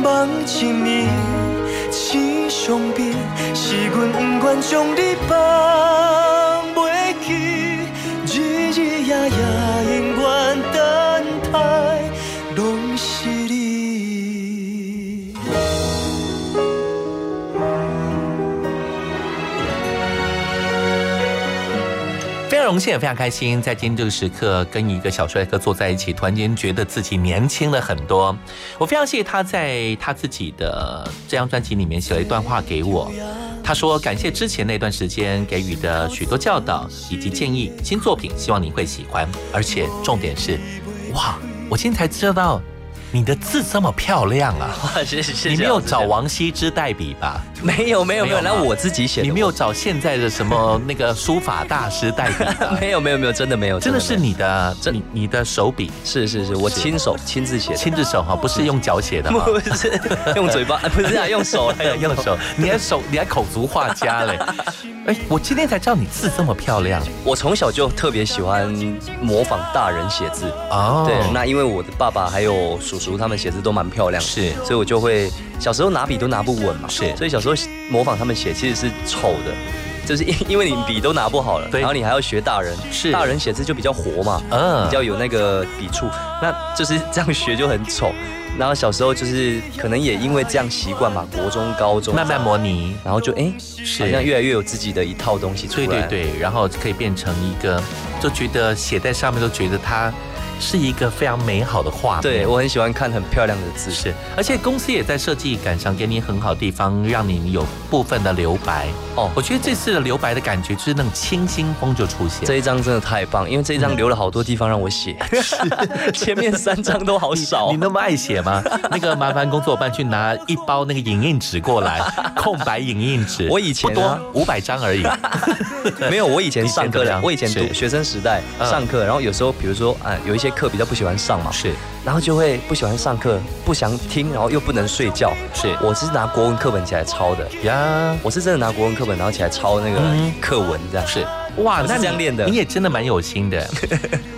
Speaker 4: 梦一暝，醒相变，是阮不愿将你放袂记。日日夜夜，永远等待，拢是你。
Speaker 2: 非常荣幸，也非常开心，在今天这个时刻跟一个小帅哥坐在一起，突然间觉得自己年轻了很多。我非常谢谢他在他自己的这张专辑里面写了一段话给我，他说感谢之前那段时间给予的许多教导以及建议，新作品希望你会喜欢，而且重点是，哇，我今天才知道你的字这么漂亮啊！
Speaker 3: 是是
Speaker 2: 你没有找王羲之代笔吧？
Speaker 3: 没有没有没有，那我自己写的。
Speaker 2: 你没有找现在的什么那个书法大师代笔吧？
Speaker 3: 没有没有没有，真的没有，
Speaker 2: 真的是你的，这你你的手笔
Speaker 3: 是是是，我亲手亲自写的，
Speaker 2: 亲自手哈，不是用脚写的哈，
Speaker 3: 不是用嘴巴， 不是啊，用手来
Speaker 2: 用手，你还手你还口足画家嘞。哎，我今天才知道你字这么漂亮。
Speaker 3: 我从小就特别喜欢模仿大人写字哦。对，那因为我的爸爸还有叔叔他们写字都蛮漂亮的，
Speaker 2: 是，
Speaker 3: 所以我就会小时候拿笔都拿不稳嘛，
Speaker 2: 是，
Speaker 3: 所以小时候模仿他们写其实是丑的。就是因 因为你笔都拿不好了，然后你还要学大人，
Speaker 2: 是
Speaker 3: 大人写字就比较活嘛，嗯，比较有那个笔触，那就是这样学就很丑。然后小时候就是可能也因为这样习惯嘛，国中、高中
Speaker 2: 慢慢模拟，
Speaker 3: 然后就哎，好像越来越有自己的一套东西出来。
Speaker 2: 对对对，然后可以变成一个，就觉得写在上面都觉得它是一个非常美好的画面。
Speaker 3: 对我很喜欢看很漂亮的字，
Speaker 2: 是。而且公司也在设计感上给你很好地方，让你有部分的留白。哦，我觉得这次的留白的感觉就是那种清新风就出现。
Speaker 3: 这一张真的太棒，因为这一张留了好多地方让我 写，前面三张都好少。
Speaker 2: 你那么爱写吗？ 那个麻烦工作伙伴去拿一包那个影印纸过 来，空白影印纸。
Speaker 3: 我以前啊
Speaker 2: 不多，五百张 而已。
Speaker 3: 没有，我以前上课的，我以前读嗯学生时代上课，然后有时候比如说啊，有一些课比较不喜欢上嘛，
Speaker 2: 是，
Speaker 3: 然后就会不喜欢上课，不想听，然后又不能睡觉。
Speaker 2: 是，
Speaker 3: 我是拿国文课本起来抄的
Speaker 2: 呀，
Speaker 3: 我是真的拿国文课本然后起来抄那个课文这样。
Speaker 2: 是，哇，
Speaker 3: 那这样练的，
Speaker 2: 你也真的蛮有心 的。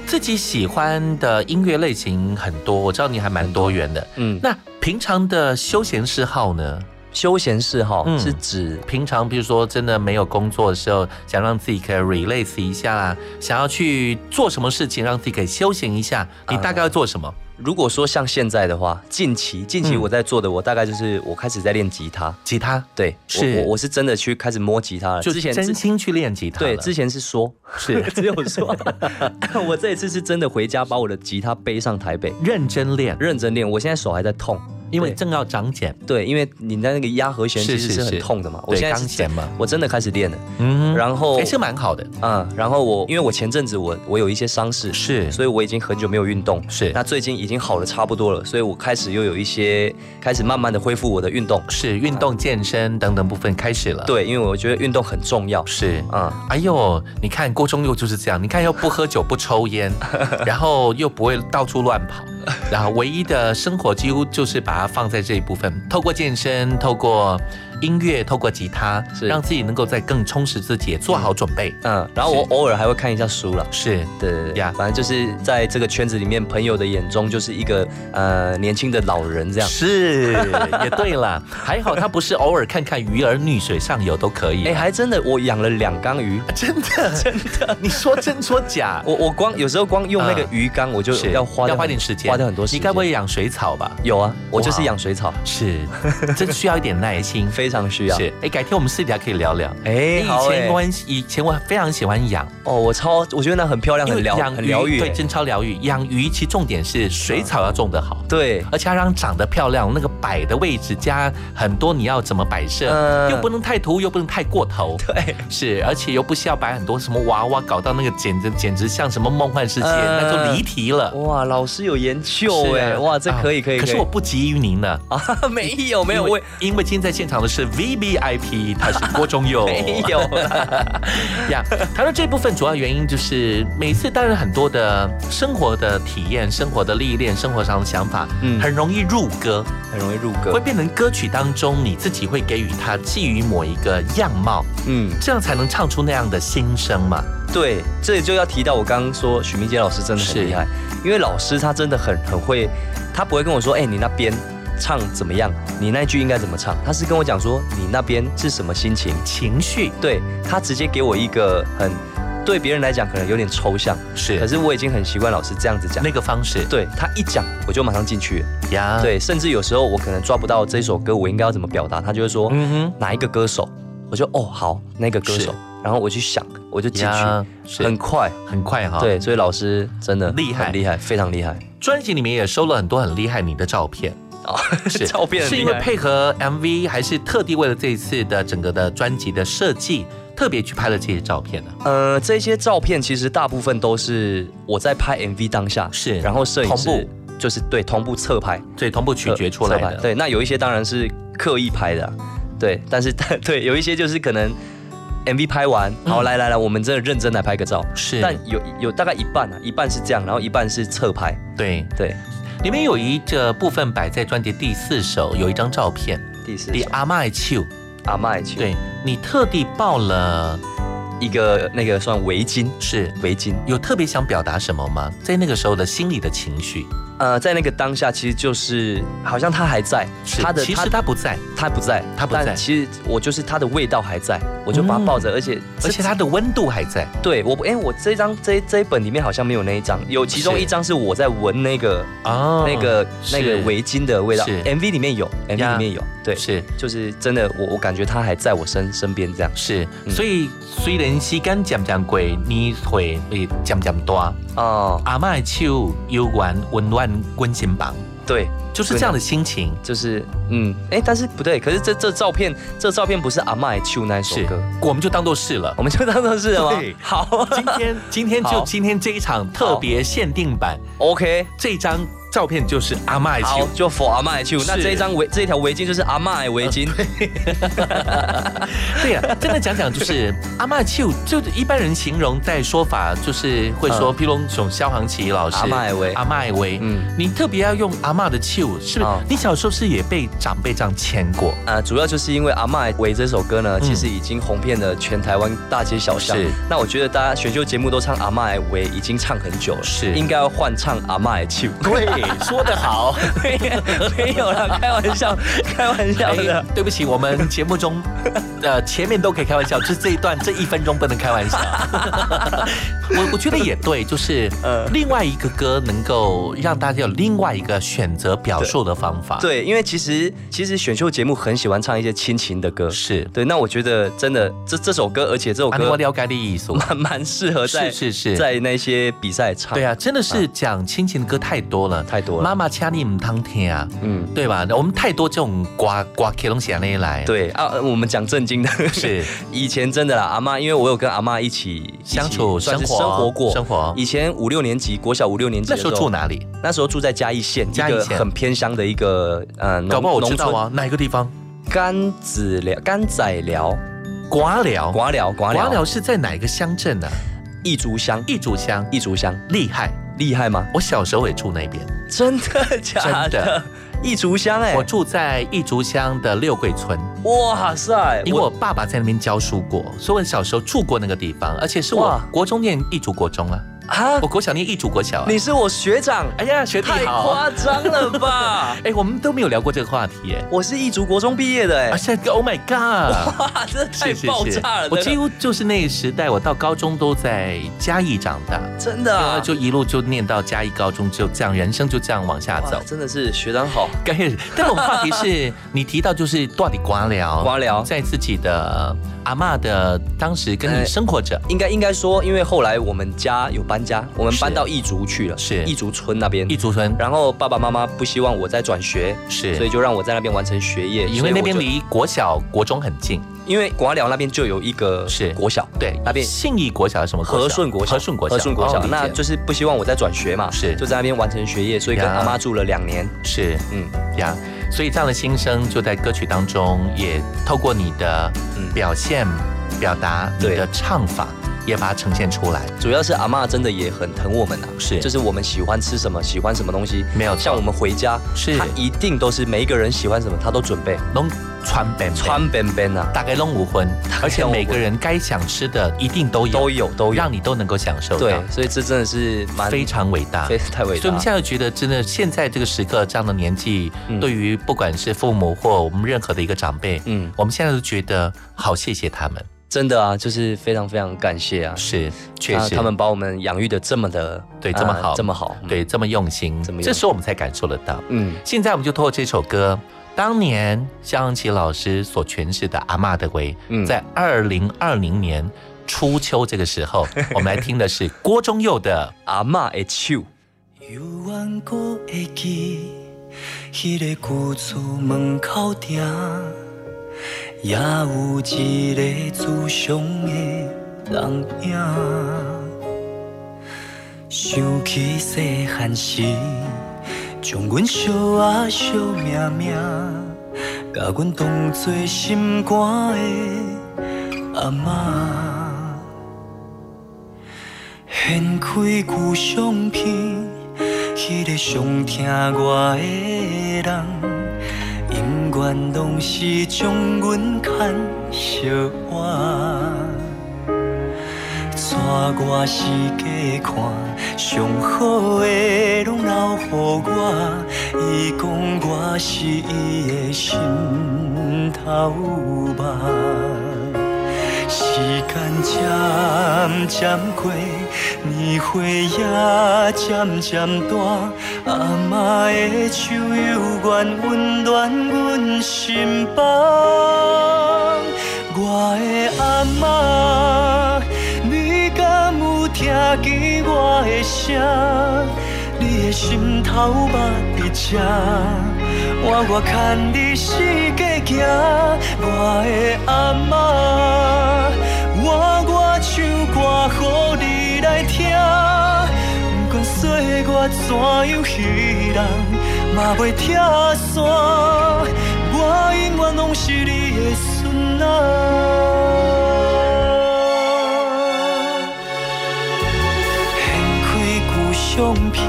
Speaker 2: 自己喜欢的音乐类型很多，我知道你还蛮多元的。嗯，那平常的休闲嗜好呢？
Speaker 3: 休闲嗜好是指、嗯、
Speaker 2: 平常，比如说真的没有工作的时候，想让自己可以 relax 一下啦，想要去做什么事情让自己可以休闲一下，你大
Speaker 3: 啊
Speaker 2: 概要做什么？嗯
Speaker 3: 如果说像现在的话，近期近期我在做的，我大概就是我开始在练吉他。
Speaker 2: 吉他，
Speaker 3: 对，
Speaker 2: 是
Speaker 3: 我我是真的去开始摸吉他了。
Speaker 2: 就之前真心去练吉他。
Speaker 3: 对，之前是说，
Speaker 2: 是
Speaker 3: 只有说。我这一次是真的回家把我的吉他背上台北，
Speaker 2: 认真练，
Speaker 3: 认真练。我现在手还在痛，
Speaker 2: 因为正要长茧。
Speaker 3: 对，因为你在那个压和弦其实是很痛的嘛。我现在
Speaker 2: 钢弦嘛，哎
Speaker 3: 我真的开始练了。嗯，然后
Speaker 2: 还是蛮好的。
Speaker 3: 嗯，然后我因为我前阵子我我有一些伤势，
Speaker 2: 是，
Speaker 3: 所以我已经很久没有运动。
Speaker 2: 是，
Speaker 3: 那最近已。已经好的差不多了，所以我开始又有一些开始慢慢的恢复我的运动，
Speaker 2: 是运动、健身等等部分开始了。
Speaker 3: 对，因为我觉得运动很重要。
Speaker 2: 是啊，嗯、哎呦，你看郭忠佑就是这样，你看又不喝酒、不抽 烟，然后又不会到处乱跑，然后唯一的生活几乎就是把它放在这一部分，透过健身，透过。音乐透过吉他，让自己能够再更充实自己，做好准备。
Speaker 3: 嗯，然后我偶尔还会看一下书了。
Speaker 2: 是，
Speaker 3: 对呀，反正就是在这个圈子里面，朋友的眼中就是一个呃年轻的老人这样。
Speaker 2: 是， 也对啦，还好他不是偶尔看看鱼儿溺水上游都可以。
Speaker 3: 哎，还真的，我养了两缸鱼，
Speaker 2: 真的
Speaker 3: 真的，
Speaker 2: 你说真说假？
Speaker 3: 我我光有时候光用那个鱼缸，我就要花
Speaker 2: 啊要花点时间，
Speaker 3: 花掉很多时间。
Speaker 2: 你该不会养水草吧？
Speaker 3: 有啊，我就是养水草。
Speaker 2: 是， 这需要一点耐心。
Speaker 3: 非常需要
Speaker 2: 是哎，改天我们私底下可以聊聊。
Speaker 3: 哎，
Speaker 2: 以前我
Speaker 3: 很
Speaker 2: 以前我非常喜欢养
Speaker 3: 哦，我超我觉得那很漂亮，很疗很疗愈，哎
Speaker 2: 对，真超疗愈。养鱼其实重点是水草要种得好，
Speaker 3: 对，
Speaker 2: 而且要让长得漂亮，那个摆的位置加很多你要怎么摆设，又不能太突兀，又不能太过头，
Speaker 3: 嗯对，
Speaker 2: 是，而且又不需要摆很多什么娃娃，搞到那个简直简直像什么梦幻世界，那就离题了。
Speaker 3: 哇，老师嗯有研究
Speaker 2: 啊
Speaker 3: 哎，哇，这可以可以。
Speaker 2: 可是我不急于您呢
Speaker 3: 啊，没有没有，我
Speaker 2: 因为今天在现场。的是 V B I P，他是郭忠佑。
Speaker 3: 没有
Speaker 2: 呀，谈到这部分，主要原因就是每次当然很多的生活的体验、生活的历练、生活上的想法，嗯，很容易入歌，
Speaker 3: 很容易入歌，
Speaker 2: 会变成歌曲当中你自己会给予它寄予某一个样貌，嗯，这样才能唱出那样的心声嘛。
Speaker 3: 对，这里就要提到我刚刚说许明杰老师真的很厉害，因为老师他真的很很会，他不会跟我说，哎、欸，你那边。唱怎么样？你那句应该怎么唱？他是跟我讲说你那边是什么心情、
Speaker 2: 情绪？
Speaker 3: 对他直接给我一个很对别人来讲可能有点抽象，
Speaker 2: 是，
Speaker 3: 可是我已经很习惯老师这样子讲
Speaker 2: 那个啊方式。
Speaker 3: 对他一讲我就马上进去
Speaker 2: 呀。
Speaker 3: 对，甚至有时候我可能抓不到这首歌我应该要怎么表达，他就会说嗯哼哪一个歌手，我就哦好那个歌手，然后我去想我就进去，很快
Speaker 2: 很快哈。
Speaker 3: 对，所以老师真的
Speaker 2: 啊厉害
Speaker 3: 厉害，非 常厉害。
Speaker 2: 专辑里面也收了很多很厉害你的照片。
Speaker 3: 哦，是照片
Speaker 2: 是因为配合 MV，还是特地为了这一次的整个的专辑的设计，特别去拍了这些照片呢、
Speaker 3: 啊？呃，这些照片其实大部分都是我在拍 MV 当下，
Speaker 2: 是，
Speaker 3: 然后摄影
Speaker 2: 师
Speaker 3: 就是对同步侧拍，
Speaker 2: 对同步取决出来的。
Speaker 3: 呃对，那有一些当然是刻意拍的、啊。对，但是 对有一些就是可能 MV 拍完，好、来来来，我们真的认真来拍个照。
Speaker 2: 嗯是
Speaker 3: 但有有大概一半啊，一半是这样，然后一半是侧拍。
Speaker 2: 对
Speaker 3: 对，
Speaker 2: 里面有一个部分摆在专辑第四首，有一张照片，
Speaker 3: 第四
Speaker 2: 第阿麦丘，
Speaker 3: 阿麦丘，
Speaker 2: 对你特地抱了
Speaker 3: 一个那个算围巾，
Speaker 2: 是
Speaker 3: 围巾，
Speaker 2: 有特别想表达什么吗？在那个时候的心里的情绪，
Speaker 3: 呃，在那个当下，其实就是好像他还在，
Speaker 2: 是
Speaker 3: 他的
Speaker 2: 其实他不在，
Speaker 3: 他不在，
Speaker 2: 他不在嗯
Speaker 3: 但其实我就是他的味道还在，我就把他抱着，而且
Speaker 2: 而且它的温度还在，
Speaker 3: 对我，哎、我这张这这一本里面好像没有那一张，有其中
Speaker 2: 是
Speaker 3: 一张是我在闻那个
Speaker 2: 哦
Speaker 3: 那个那个
Speaker 2: 是
Speaker 3: 围巾的味道
Speaker 2: 是
Speaker 3: ，MV 里面有，MV
Speaker 2: 呀
Speaker 3: 里面有，对，
Speaker 2: 是
Speaker 3: 就是真的，我我感觉他还在我身身边这样，
Speaker 2: 是，所以虽然时间渐渐过，你会会渐渐大
Speaker 3: 哦，
Speaker 2: 阿嬷的手悠然温暖温心房，
Speaker 3: 对，
Speaker 2: 就是这样的心情，
Speaker 3: 就是嗯，哎、但是不对，可是这这照片这照片不是阿麦秋那一首歌，
Speaker 2: 我们就当做是了，
Speaker 3: 我们就当做是了吗？
Speaker 2: 对
Speaker 3: 好，
Speaker 2: 今天 今天就
Speaker 3: 好
Speaker 2: 今天这一场特别限定版，
Speaker 3: ，OK，
Speaker 2: 这张照片就是阿嬷的
Speaker 3: 好
Speaker 2: 手，。
Speaker 3: 就 for 阿麦秋，那
Speaker 2: 是啊
Speaker 3: 这一张围这条围巾就是阿麦围巾，
Speaker 2: 对呀、真的讲讲就是阿嬷手，就是一般人形容在说法就是会说，
Speaker 3: 嗯
Speaker 2: 譬如从萧煌奇老师
Speaker 3: 阿嬷的围
Speaker 2: 阿嬷的围，
Speaker 3: 嗯。
Speaker 2: 你特别要用阿嬷的手，是不是？你小时候是也被长辈这样牵过？
Speaker 3: 呃，主要就是因为《阿嬷围》这首歌呢，其实已经红遍了全台湾大街小巷。
Speaker 2: 嗯是
Speaker 3: 那我觉得大家选秀节目都唱《阿嬷围》已经唱很久了，
Speaker 2: 是
Speaker 3: 应该要换唱《阿嬷的手》。
Speaker 2: 对，说得 好，
Speaker 3: 没有啦，开玩 笑，开玩笑的
Speaker 2: 哎。对不起，我们节目 中，呃，前面都可以开玩笑，就是这一段这一分钟不能开玩笑。 我我觉得也对，就是另外一个歌能够让大家有另外一个选择表述的方法。，
Speaker 3: 对，因为其实其实选秀节目很喜欢唱一些亲情的歌，
Speaker 2: 是
Speaker 3: 对。那我觉得真的这这首歌，而且这首
Speaker 2: 啊，我
Speaker 3: 歌
Speaker 2: 了解你意思。
Speaker 3: 蛮蛮适合在
Speaker 2: 是是是
Speaker 3: 在那些比赛唱。
Speaker 2: 对啊，真的是讲亲情的歌太多了，
Speaker 3: 太多了
Speaker 2: 妈妈掐你唔当听啊，
Speaker 3: 嗯，
Speaker 2: 对吧？我们太多这种刮刮克隆写那来，，
Speaker 3: 对啊，我们讲正经的，
Speaker 2: 是
Speaker 3: 以前真的啦，阿妈，因为我有跟阿妈一起
Speaker 2: 相处
Speaker 3: 一起算是
Speaker 2: 生活啊
Speaker 3: 生活过，
Speaker 2: 生活
Speaker 3: 以前五六年级，国小五六年级
Speaker 2: 那
Speaker 3: 的
Speaker 2: 时候住？哪里？
Speaker 3: 那时候住在嘉义县，
Speaker 2: 嘉义
Speaker 3: 一个
Speaker 2: 县
Speaker 3: 很偏乡的一个呃，农
Speaker 2: 搞不好我知道。
Speaker 3: 农
Speaker 2: 啊，哪一个地方？
Speaker 3: 村甘子寮、甘仔寮、
Speaker 2: 瓜寮，
Speaker 3: 瓜寮、瓜
Speaker 2: 瓜
Speaker 3: 寮、
Speaker 2: 寮是在哪一个乡镇呢、啊？
Speaker 3: 义竹乡、
Speaker 2: 义竹乡，
Speaker 3: 义竹乡，
Speaker 2: 厉害！
Speaker 3: 厉害吗？
Speaker 2: 我小时候也住那边，
Speaker 3: 真的假
Speaker 2: 真的
Speaker 3: 的？义竹乡哎
Speaker 2: 我，住在义竹乡的六桂村，
Speaker 3: 哇塞！
Speaker 2: 因为我爸爸在那边教书过，所以我小时候住过那个地方，而且是我
Speaker 3: 哇
Speaker 2: 国中念义竹国中啊，
Speaker 3: 啊
Speaker 2: 我，国小念义竹国小啊。
Speaker 3: 你是我学长，
Speaker 2: 哎呀，学弟
Speaker 3: 太
Speaker 2: 好！
Speaker 3: 夸张了
Speaker 2: ！
Speaker 3: 吧
Speaker 2: 哎，我们都没有聊过这个话题哎。
Speaker 3: 我是义竹国中毕业的哎
Speaker 2: 啊，，现在 Oh my God！
Speaker 3: 哇，这太爆炸了！
Speaker 2: 我
Speaker 3: 这个
Speaker 2: 几乎就是那个时代，我到高中都在嘉义长大，
Speaker 3: 真的
Speaker 2: 然后
Speaker 3: 啊，
Speaker 2: 就一路就念到嘉义高中，就这样，人生就这样往下走
Speaker 3: 哇。真的是学长好。
Speaker 2: 感谢。但我们话题是你提到就是到底瓜聊，
Speaker 3: 瓜寮
Speaker 2: 在自己的阿嬷的当时跟你
Speaker 3: 呃
Speaker 2: 生活着，
Speaker 3: 应该应该说，因为后来我们家有搬家，我们
Speaker 2: 是
Speaker 3: 搬到义竹去了，
Speaker 2: 是
Speaker 3: 义竹村那边
Speaker 2: 一。族村
Speaker 3: 嗯然后爸爸妈妈不希望我再转学，
Speaker 2: 是
Speaker 3: 所以就让我在那边完成学业。
Speaker 2: 因
Speaker 3: 所
Speaker 2: 为
Speaker 3: 以我
Speaker 2: 那边
Speaker 3: 就，
Speaker 2: 离国小、国中很近，
Speaker 3: 因为广寮那边就有一个
Speaker 2: 是
Speaker 3: 国小，
Speaker 2: 对，
Speaker 3: 那边
Speaker 2: 信义国小还是什么小
Speaker 3: 和顺国小，
Speaker 2: 和顺国小，
Speaker 3: 和顺国
Speaker 2: 哦
Speaker 3: 小，
Speaker 2: 理解
Speaker 3: 那就是不希望我再转学嘛，
Speaker 2: 是
Speaker 3: 就在那边完成学业，所以跟
Speaker 2: 呀
Speaker 3: 阿妈住了两年。
Speaker 2: 是
Speaker 3: 嗯，
Speaker 2: 呀。所以这样的心声就在歌曲当中，也透过你的
Speaker 3: 嗯
Speaker 2: 表现、表达、你
Speaker 3: 对
Speaker 2: 的唱法，也把它呈现出来。
Speaker 3: 主要是阿嬷真的也很疼我们啊，
Speaker 2: 是
Speaker 3: 就是我们喜欢吃什么，喜欢什么东西，
Speaker 2: 没有错
Speaker 3: 像我们回家，
Speaker 2: 是
Speaker 3: 她一定都是每一个人喜欢什么，她都准备
Speaker 2: 拢穿本
Speaker 3: 穿边边啊，
Speaker 2: 大概弄五荤，而且每个人该想吃的一定都有，
Speaker 3: 都有都有
Speaker 2: 让你都能够享受到
Speaker 3: 对，，所以这真的是蛮
Speaker 2: 非常伟大。
Speaker 3: 非太伟
Speaker 2: 所以我
Speaker 3: 大
Speaker 2: 们现
Speaker 3: 了。
Speaker 2: 在觉得，真的现在这个时刻，这样的年纪，
Speaker 3: 嗯
Speaker 2: 对于不管是父母或我们任何的一个长辈，
Speaker 3: 嗯，
Speaker 2: 我们现在都觉得好谢谢他们，
Speaker 3: 真的啊，就是非常非常感谢啊，
Speaker 2: 是确
Speaker 3: 啊
Speaker 2: 实
Speaker 3: 他们把我们养育的这么的
Speaker 2: 对这么
Speaker 3: 啊
Speaker 2: 好，
Speaker 3: 这么好，嗯，
Speaker 2: 对这么用心
Speaker 3: 这么，用
Speaker 2: 这时候我们才感受得到。
Speaker 3: 嗯，
Speaker 2: 现在我们就透过这首歌，当年萧煌奇老师所诠释的《阿嬷的围》，
Speaker 3: 嗯
Speaker 2: 在二零二零年初秋这个时 候，我们来听的是郭忠佑的
Speaker 3: 阿嬷的手，
Speaker 4: 犹原阁会记，迄、个旧厝门口埕，也有一个慈祥的人影。想起细汉时，将阮惜啊惜命命，甲阮当作心肝的阿嬷，掀开旧相片，迄、个上疼我的人，永远拢是将阮牵相换。带我四界看，上好的拢留乎我。伊讲我是伊的心头肉，时间渐渐过，年岁也渐渐大，阿嬷的手犹原温暖阮心房。我的阿嬷，你敢有听见我的声？你的心头肉伫遮，我我牵你四界行，我的阿嬷，我我唱歌互你来听，不管岁月怎样戏人，嘛袂拆散，我永远拢是你的孙仔。开旧相片，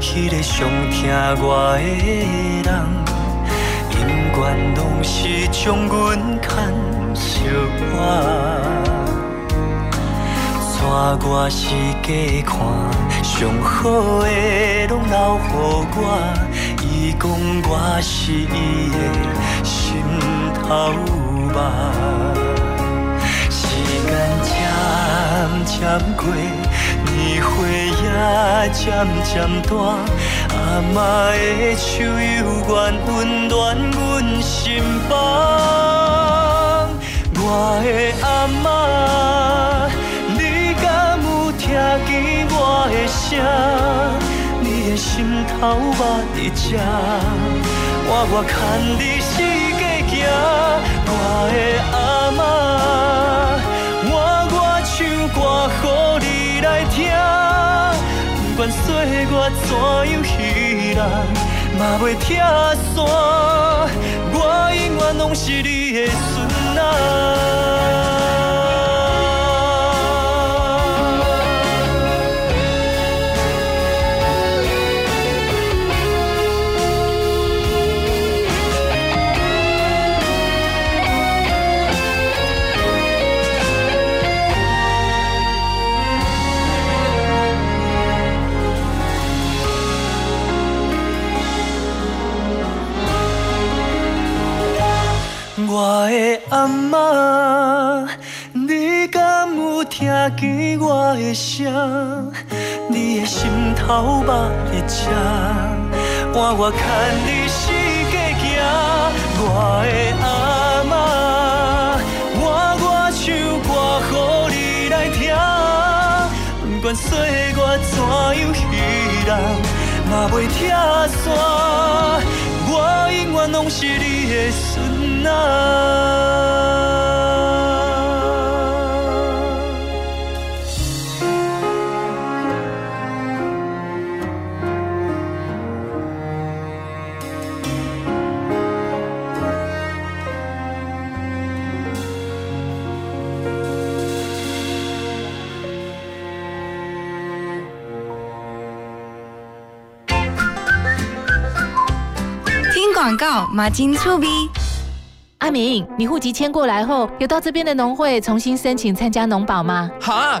Speaker 4: 迄、个上疼我的人，永远拢是将阮牵相我。带我四界看，上好的拢留乎我。伊讲我是伊的心头肉，时间渐渐过。年岁也渐渐大，阿嬷的手犹原温暖阮心房。我的阿嬷，你敢有听见我的声？你的心头肉伫遮，我我牵你四界行，我的阿嬷，我我唱歌互你来听，不管岁月怎样戏人，嘛袂拆散，我永远拢是你的孙仔。我的阿嬷，你敢有听见我的声？你的心头肉伫遮，我我牵你四界行。我的阿嬷，我我唱歌互你来听，不管岁月怎样戏人，嘛袂拆散。我永远拢是你的孙仔。
Speaker 13: 听广告马金醋味。
Speaker 5: 阿明，你户籍迁过来后，有到这边的农会重新申请参加农保吗？
Speaker 14: 哈，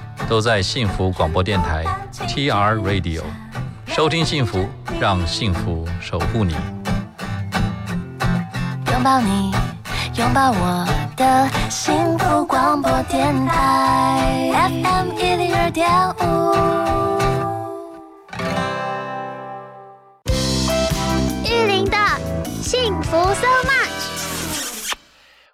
Speaker 15: 都在幸福广播电台 TR Radio 收听幸福，让幸福守护你。
Speaker 16: 拥抱你，拥抱我的幸福广播电台 FM 一零二点五。
Speaker 1: 玉林的幸福 so much。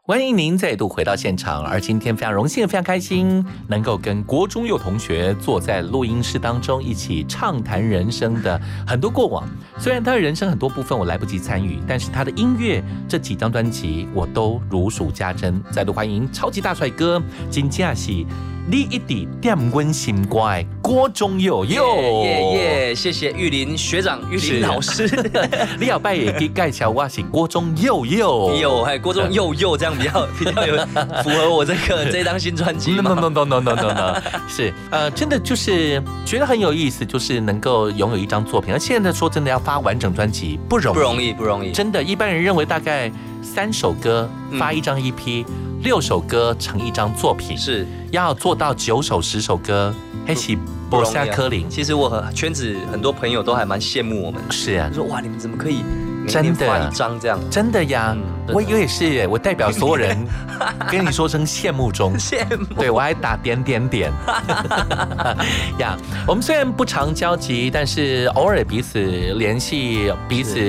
Speaker 2: 欢迎您再度回到现场，而今天非常荣幸、非常开心，能够跟国中佑同学坐在录音室当中一起畅谈人生的很多过往。虽然他的人生很多部分我来不及参与，但是他的音乐这几张专辑我都如数家珍。再度欢迎超级大帅哥金佳喜，你一滴点温心乖，郭中佑
Speaker 3: 耶
Speaker 2: 佑
Speaker 3: 耶耶！谢谢玉林学长、玉林老师，
Speaker 2: 你好拜也可以盖桥哇，是郭中佑佑
Speaker 3: 有还有郭哎中佑佑这样比较 比较有符合我这个这张新专辑
Speaker 2: No
Speaker 3: 嘛
Speaker 2: no no no no no no no，是 呃，真的就是觉得很有意思，就是能够拥有一张作品，而现在说真的要发完整专辑不容易，
Speaker 3: 不容易不容易
Speaker 2: 真的，一般人认为大概三首歌发一张 EP，、六首歌成一张作品，
Speaker 3: 是
Speaker 2: 要做到九首十首歌，黑起
Speaker 3: 不
Speaker 2: 博
Speaker 3: 容易啊
Speaker 2: 夏科林，
Speaker 3: 其实我很圈子很多朋友都还蛮羡慕我们的，
Speaker 2: 是啊
Speaker 3: 说哇，你们怎么可以每
Speaker 2: 真
Speaker 3: 天
Speaker 2: 的
Speaker 3: 发一张这样？
Speaker 2: 真的呀，
Speaker 3: 嗯
Speaker 2: 我我也是耶，我代表所有人跟你说声羡慕中，
Speaker 3: 羡慕。
Speaker 2: 对我还打点点点。 呀我们虽然不常交集，但是偶尔彼此联系，彼此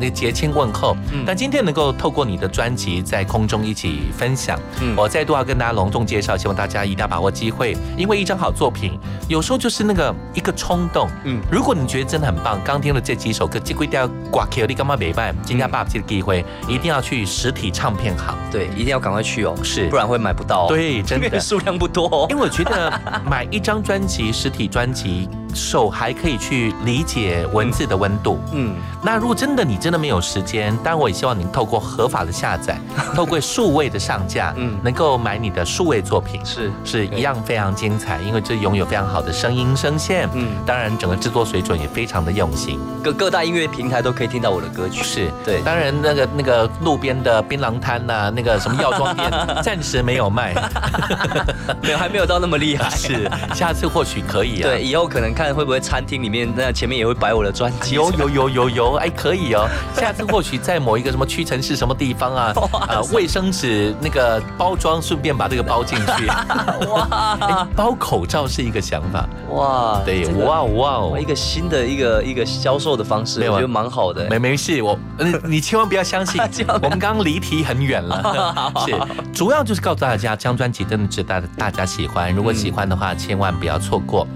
Speaker 2: 那节庆问候。但今天能够透过你的专辑在空中一起分享，我再度要跟大家隆重介绍，希望大家一定要把握机会，因为一张好作品，有时候就是那个一个冲动。嗯，如果你觉得真的很棒，刚听了这几首歌，这规定要挂 K 你干嘛没办？今天爸爸这个机会，一定要去实体唱片行。
Speaker 3: 对，一定要赶快去哦，
Speaker 2: 是，
Speaker 3: 不然会买不到哦
Speaker 2: 对，真
Speaker 3: 因为
Speaker 2: 的
Speaker 3: 数量不多哦。
Speaker 2: 因为我觉得买一张专辑，实体专辑，手还可以去理解文字的温度。
Speaker 3: 嗯，
Speaker 2: 那如果真的你真的没有时间，当然我也希望您透过合法的下 载，透过数位的上架，嗯，能够买你的数位作品，
Speaker 3: 是
Speaker 2: 是一样非常精彩，因为这拥有非常好的声音声线，嗯，当然整个制作水准也非常的用心。
Speaker 3: 各各大音乐平台都可以听到我的歌曲。
Speaker 2: 是
Speaker 3: 对，
Speaker 2: 当然，那个那个路边的槟榔摊呐、那个什么药妆 店，暂时没有卖，
Speaker 3: 没有还没有到那么厉害。
Speaker 2: 是，下次或许可以啊。
Speaker 3: 对，以后可能看会不会餐厅里面那前面也会摆我的专辑。
Speaker 2: 有有有有有，哎，可以哦。 下次或许在某一个什么屈臣氏什么地方 啊，呃，卫生纸那个包装，顺便把这个包进 去。哇、包口罩是一个想法。
Speaker 3: 哇，
Speaker 2: 对
Speaker 3: 这个
Speaker 2: 哇哦哇哦
Speaker 3: 一个新的一个一个销售的方式，
Speaker 2: 没有
Speaker 3: 我
Speaker 2: 啊
Speaker 3: 觉得蛮好的。。
Speaker 2: 没没事，我呃你千万不要相信，我们刚刚离题很远了 是，主要就是告诉大家，这张专辑真的值得大家喜欢。如果喜欢的话，千万不要错过。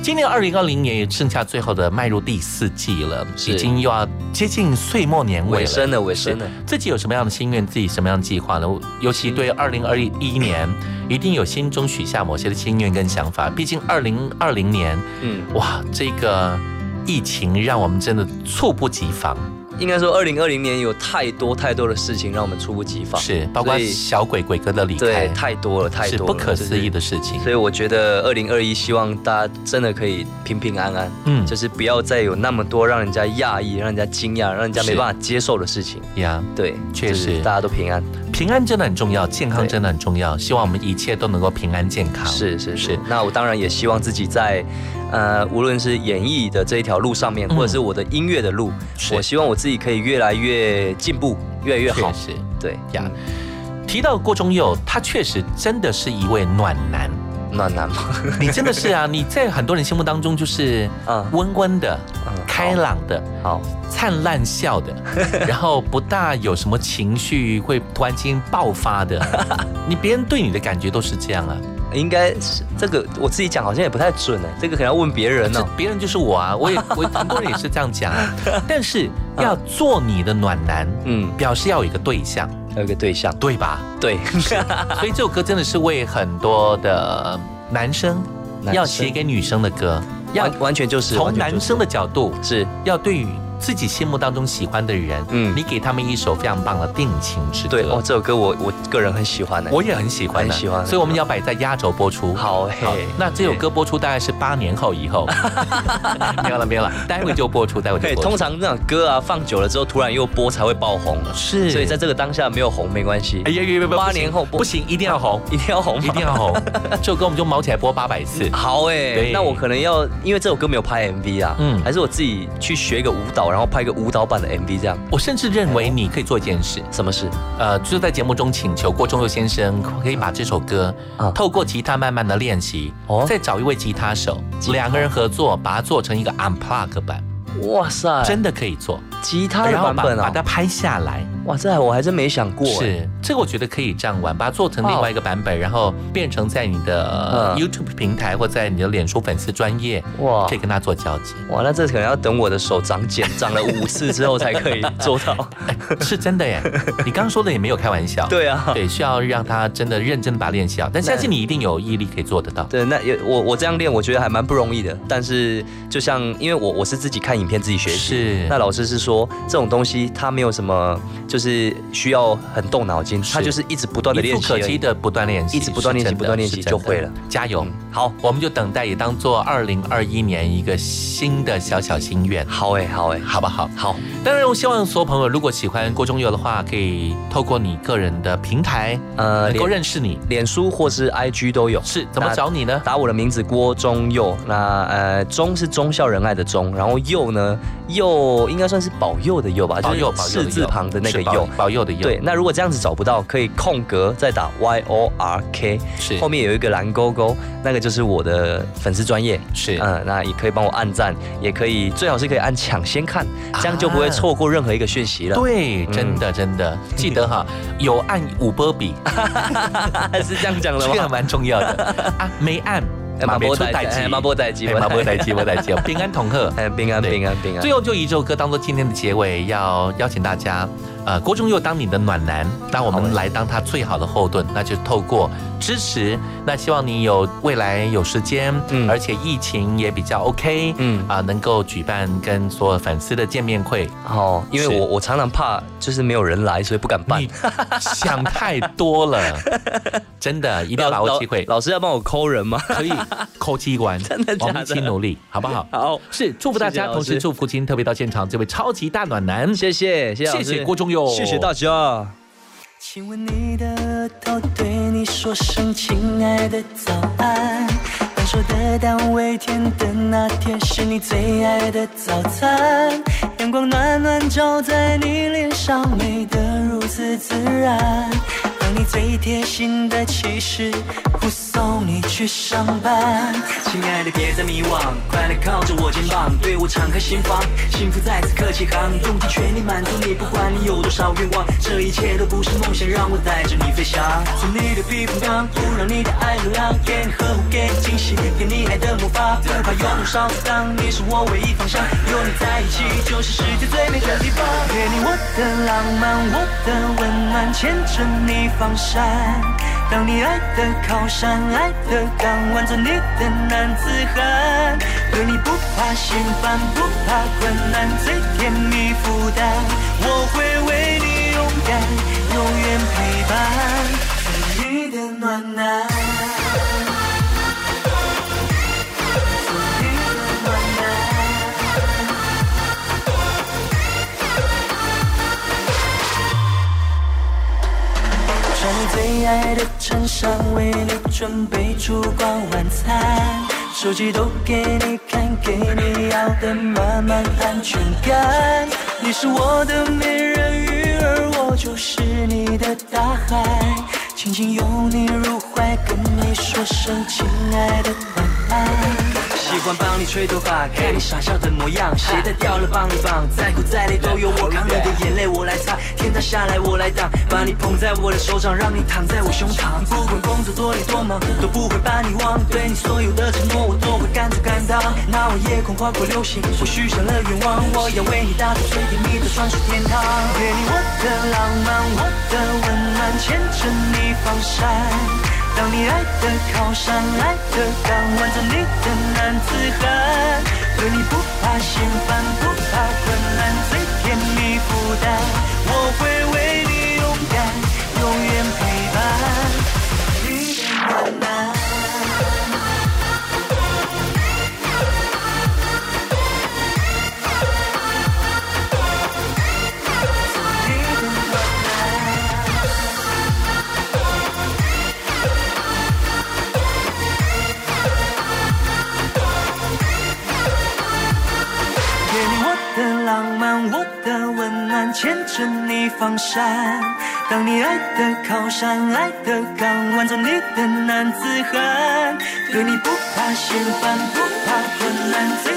Speaker 2: 今年二零二零年也剩下最后的迈入第四季了，已经又要接近岁末年尾了
Speaker 3: 尾声了尾声了
Speaker 2: 是自己有什么样的心愿，自己什么样的计划呢？尤其
Speaker 3: 嗯
Speaker 2: 对二零二一年，一定有心中许下某些的心愿跟想法。毕竟二零二零年，
Speaker 3: 嗯，
Speaker 2: 哇，这个疫情让我们真的猝不及防。
Speaker 3: 应该说，二零二零年有太多太多的事情让我们猝不及防，
Speaker 2: 是，包括
Speaker 3: 所以
Speaker 2: 小鬼鬼哥的离开，
Speaker 3: 对太多了，太
Speaker 2: 是
Speaker 3: 多了，
Speaker 2: 不可
Speaker 3: 就
Speaker 2: 思
Speaker 3: 是
Speaker 2: 议的事情。
Speaker 3: 所以我觉得二零二一，希望大家真的可以平平安安，
Speaker 2: 嗯
Speaker 3: 就是不要再有那么多让人家讶异、让人家惊讶、让人家没办法接受的事情。
Speaker 2: 呀，
Speaker 3: 对，
Speaker 2: 确
Speaker 3: 就是
Speaker 2: 实，
Speaker 3: 大家都平安，
Speaker 2: 平安真的很重要，健康真的很重要。希望我们一切都能够平安健康。
Speaker 3: 是是是。那我当然也希望自己在，呃，无论是演艺的这一条路上面，
Speaker 2: 嗯
Speaker 3: 或者是我的音乐的路，我希望我自己可以越来越进步，越来越好。
Speaker 2: 确实
Speaker 3: 对
Speaker 2: 呀。提到郭忠佑，他确实真的是一位暖 男。
Speaker 3: 嗯暖男吗？
Speaker 2: 你真的是啊！你在很多人心目当中就是
Speaker 3: 嗯
Speaker 2: 温温的、开朗的、
Speaker 3: 好
Speaker 2: 灿烂笑 的，然后不大有什么情绪会突然间爆发 的。你别人对你的感觉都是这样啊。
Speaker 3: 应该是这个，我自己讲好像也不太准哎，这个可能要问别 人哦。
Speaker 2: 别人就是我啊，我 也我很多人也是这样讲啊，但是要做你的暖男，
Speaker 3: 嗯，
Speaker 2: 表示要有一个对象，
Speaker 3: 要有一个对象，
Speaker 2: 对 吧？
Speaker 3: 对，
Speaker 2: 所以这首歌真的是为很多的男生
Speaker 3: 男生
Speaker 2: 要写给女生的歌，要
Speaker 3: 完完全就是
Speaker 2: 从
Speaker 3: 完全
Speaker 2: 男生的角度
Speaker 3: 是
Speaker 2: 要对于自己心目当中喜欢的人，嗯，你给他们一首非常棒的定情之歌。
Speaker 3: 对哦，这首歌我我个人很喜欢的，
Speaker 2: 我也很喜欢
Speaker 3: 很
Speaker 2: 的，
Speaker 3: 喜欢。
Speaker 2: 所以我们要摆在压轴播出。
Speaker 3: 好嘿
Speaker 2: 好，那这首歌播出大概是八年后以 后。没有了，没有了，待会就播出，待会就
Speaker 3: 对，
Speaker 2: 播出。
Speaker 3: 通常那种歌啊放久了之后，突然又播才会爆红，哦
Speaker 2: 是
Speaker 3: 所以在这个当下没有红没关系。
Speaker 2: 哎呀呀呀！
Speaker 3: 八年后
Speaker 2: 不行，一定要 红，
Speaker 3: 一定要红，
Speaker 2: 一定要红。这首歌我们就毛起来播八百 次。
Speaker 3: 好哎
Speaker 2: 对，
Speaker 3: 那我可能要，因为这首歌没有拍 MV 啊，
Speaker 2: 嗯
Speaker 3: 嗯，还是我自己去学一个舞蹈，然后拍一个舞蹈版的 MV 这样。
Speaker 2: 我甚至认为你可以做一件事，
Speaker 3: 什么事？
Speaker 2: 呃，就在节目中请求郭忠佑先生可以把这首歌
Speaker 3: 啊
Speaker 2: 透过吉他慢慢的练习，
Speaker 3: 哦
Speaker 2: 再找一位吉他手，两个人合作把它做成一个 unplug 版，
Speaker 3: 哇塞，
Speaker 2: 真的可以做
Speaker 3: 吉他的
Speaker 2: 然后
Speaker 3: 哎版
Speaker 2: 把
Speaker 3: 本
Speaker 2: 把
Speaker 3: 啊
Speaker 2: 它！拍下来。
Speaker 3: 哇塞，我还真没想过哎。哦
Speaker 2: 是，这个我觉得可以这样玩，把它做成另外一个版本，然后变成在你的呃
Speaker 3: 嗯
Speaker 2: YouTube 平台或在你的脸书粉丝专业，
Speaker 3: 哇
Speaker 2: 可以跟他做交集。
Speaker 3: 哇，那这可能要等我的手长茧， 长了五次之后才可以做到。
Speaker 2: 是真的耶，你刚刚说的也没有开玩笑。
Speaker 3: 对啊
Speaker 2: 对，需要让他真的认真的把它练习好，但相信你一定有毅力可以做得到。
Speaker 3: 对，那也我我这样练，我觉得还蛮不容易的。但是就像因为我我是自己看影片自己学习，
Speaker 2: 是
Speaker 3: 那老师是说这种东西它没有什么就是需要很动脑筋，它就是一直不断的
Speaker 2: 一
Speaker 3: 练
Speaker 2: 触
Speaker 3: 习而
Speaker 2: 可
Speaker 3: 已，
Speaker 2: 及的不断练习，
Speaker 3: 一直不断练习
Speaker 2: 是真的
Speaker 3: 不断练习
Speaker 2: 是真
Speaker 3: 就
Speaker 2: 的
Speaker 3: 会了。嗯
Speaker 2: 加油！好，我们就等待，也当做二零二一年一个新的小小心愿。
Speaker 3: 好哎，好哎，
Speaker 2: 好不好？
Speaker 3: 好，
Speaker 2: 当然，我希望所有朋友如果喜欢郭中佑的话，可以透过你个人的平台，
Speaker 3: 呃
Speaker 2: 能够
Speaker 3: 脸
Speaker 2: 认识你。
Speaker 3: 脸书或是 IG 都有。
Speaker 2: 是怎么找你呢？
Speaker 3: 打我的名字郭忠佑，那呃忠是忠孝仁爱的忠，然后佑呢佑应该算是保佑的佑吧，
Speaker 2: 保佑
Speaker 3: 就
Speaker 2: 保
Speaker 3: 是
Speaker 2: 佑的
Speaker 3: 四
Speaker 2: 佑
Speaker 3: 字旁的那个
Speaker 2: 是保
Speaker 3: 佑，
Speaker 2: 保佑的佑
Speaker 3: 对，那如果这样子找不到，可以空格再打 Y O R K，
Speaker 2: 是
Speaker 3: 后面有一个蓝勾勾，那个就是我的粉丝专业，
Speaker 2: 是
Speaker 3: 嗯、那也可以帮我按赞，也可以最好是可以按抢先看，这样就不会错过任何一个讯息了。
Speaker 2: 啊对，
Speaker 3: 嗯
Speaker 2: 真的真的，记得 哈，有按五波比，
Speaker 3: 是这样讲的吗
Speaker 2: 这个蛮重要的啊，没按。
Speaker 3: 哎马波代
Speaker 2: 机，
Speaker 3: 哎马波代机
Speaker 2: 哎马波代机，马波代机，平安同贺，
Speaker 3: 哎，平安
Speaker 2: 对
Speaker 3: 平安平 安。
Speaker 2: 最后就以这首歌当做今天的结尾，要邀请大家，呃，郭忠佑当你的暖男，当我们来当他最好的后盾，那就透过支持。那希望你有未来有时间，嗯，而且疫情也比较 OK，嗯啊、能够举办跟所有粉丝的见面会。
Speaker 3: 哦，因为
Speaker 2: 是
Speaker 3: 我我常常怕就是没有人来，所以不敢办。
Speaker 2: 想太多了， 真的一定要把握机会。
Speaker 3: 老师要帮我抠人吗？
Speaker 2: 可以抠机 关，真
Speaker 3: 的假的
Speaker 2: 我们一起努力，好不 好？
Speaker 3: 好，
Speaker 2: 是祝福大
Speaker 3: 谢谢
Speaker 2: 家，
Speaker 3: 老
Speaker 2: 同时
Speaker 3: 师
Speaker 2: 祝福今天特别到现场这位超级大暖男，
Speaker 3: 谢谢谢谢老
Speaker 2: 谢
Speaker 3: 师
Speaker 2: 谢郭忠佑，
Speaker 3: 谢谢大家。
Speaker 4: 亲吻你的额头，对你说声亲爱的早安。分手的单位天的那天，是你最爱的早餐。阳光暖暖照在你脸上，美得如此自然。当你最贴心的骑士护送你去上班。亲爱的，别再迷惘，快来靠着我肩膀，对我敞开心房，幸福在此刻起航，用尽全力满足你，不管你有多少愿望，这一切都不是梦想，让我带着你飞翔。从你的避风港，不让你的爱流浪，给你呵护，给你惊喜，给你爱的魔法，不怕有多少阻挡，你是我唯一方向，有你在一起就是世界最美的地方。给你我的浪漫，我的温暖，牵着你放闪。当你爱的靠山，爱的港湾，做你的男子汉，对你不怕心烦，不怕困难，最甜蜜负担，我会为你勇敢，永远陪伴，做你的暖男。做你的暖男穿你最爱的衬衫，为你准备烛光晚餐，手机都给你看，给你要的满满安全感。你是我的美人鱼儿，我就是你的大海，紧紧拥你入怀，跟你说声亲爱的晚安。喜欢帮你吹头发，看你傻笑的模样，鞋带掉了帮你绑，再苦再累都有我扛，你的眼泪我来擦，天塌下来我来挡，把你捧在我的手掌，让你躺在我胸膛，不管工作多累多忙，都不会把你忘，对你所有的承诺我都会敢做敢当。那晚夜空划过流星，我许下了愿望，我要为你打造最甜蜜的专属天堂，给你我的浪漫，我的温暖，牵着你放闪。当你爱的靠山，爱的港湾，做你的男子汉，对你不怕嫌烦，不怕困难，最甜蜜负担，我会为你勇敢，永远陪伴你的暖男。给你我的浪漫，我的温暖，牵着你放闪。当你爱的靠山，爱的港湾，做你的男子汉。对你不怕嫌烦，不怕困难，最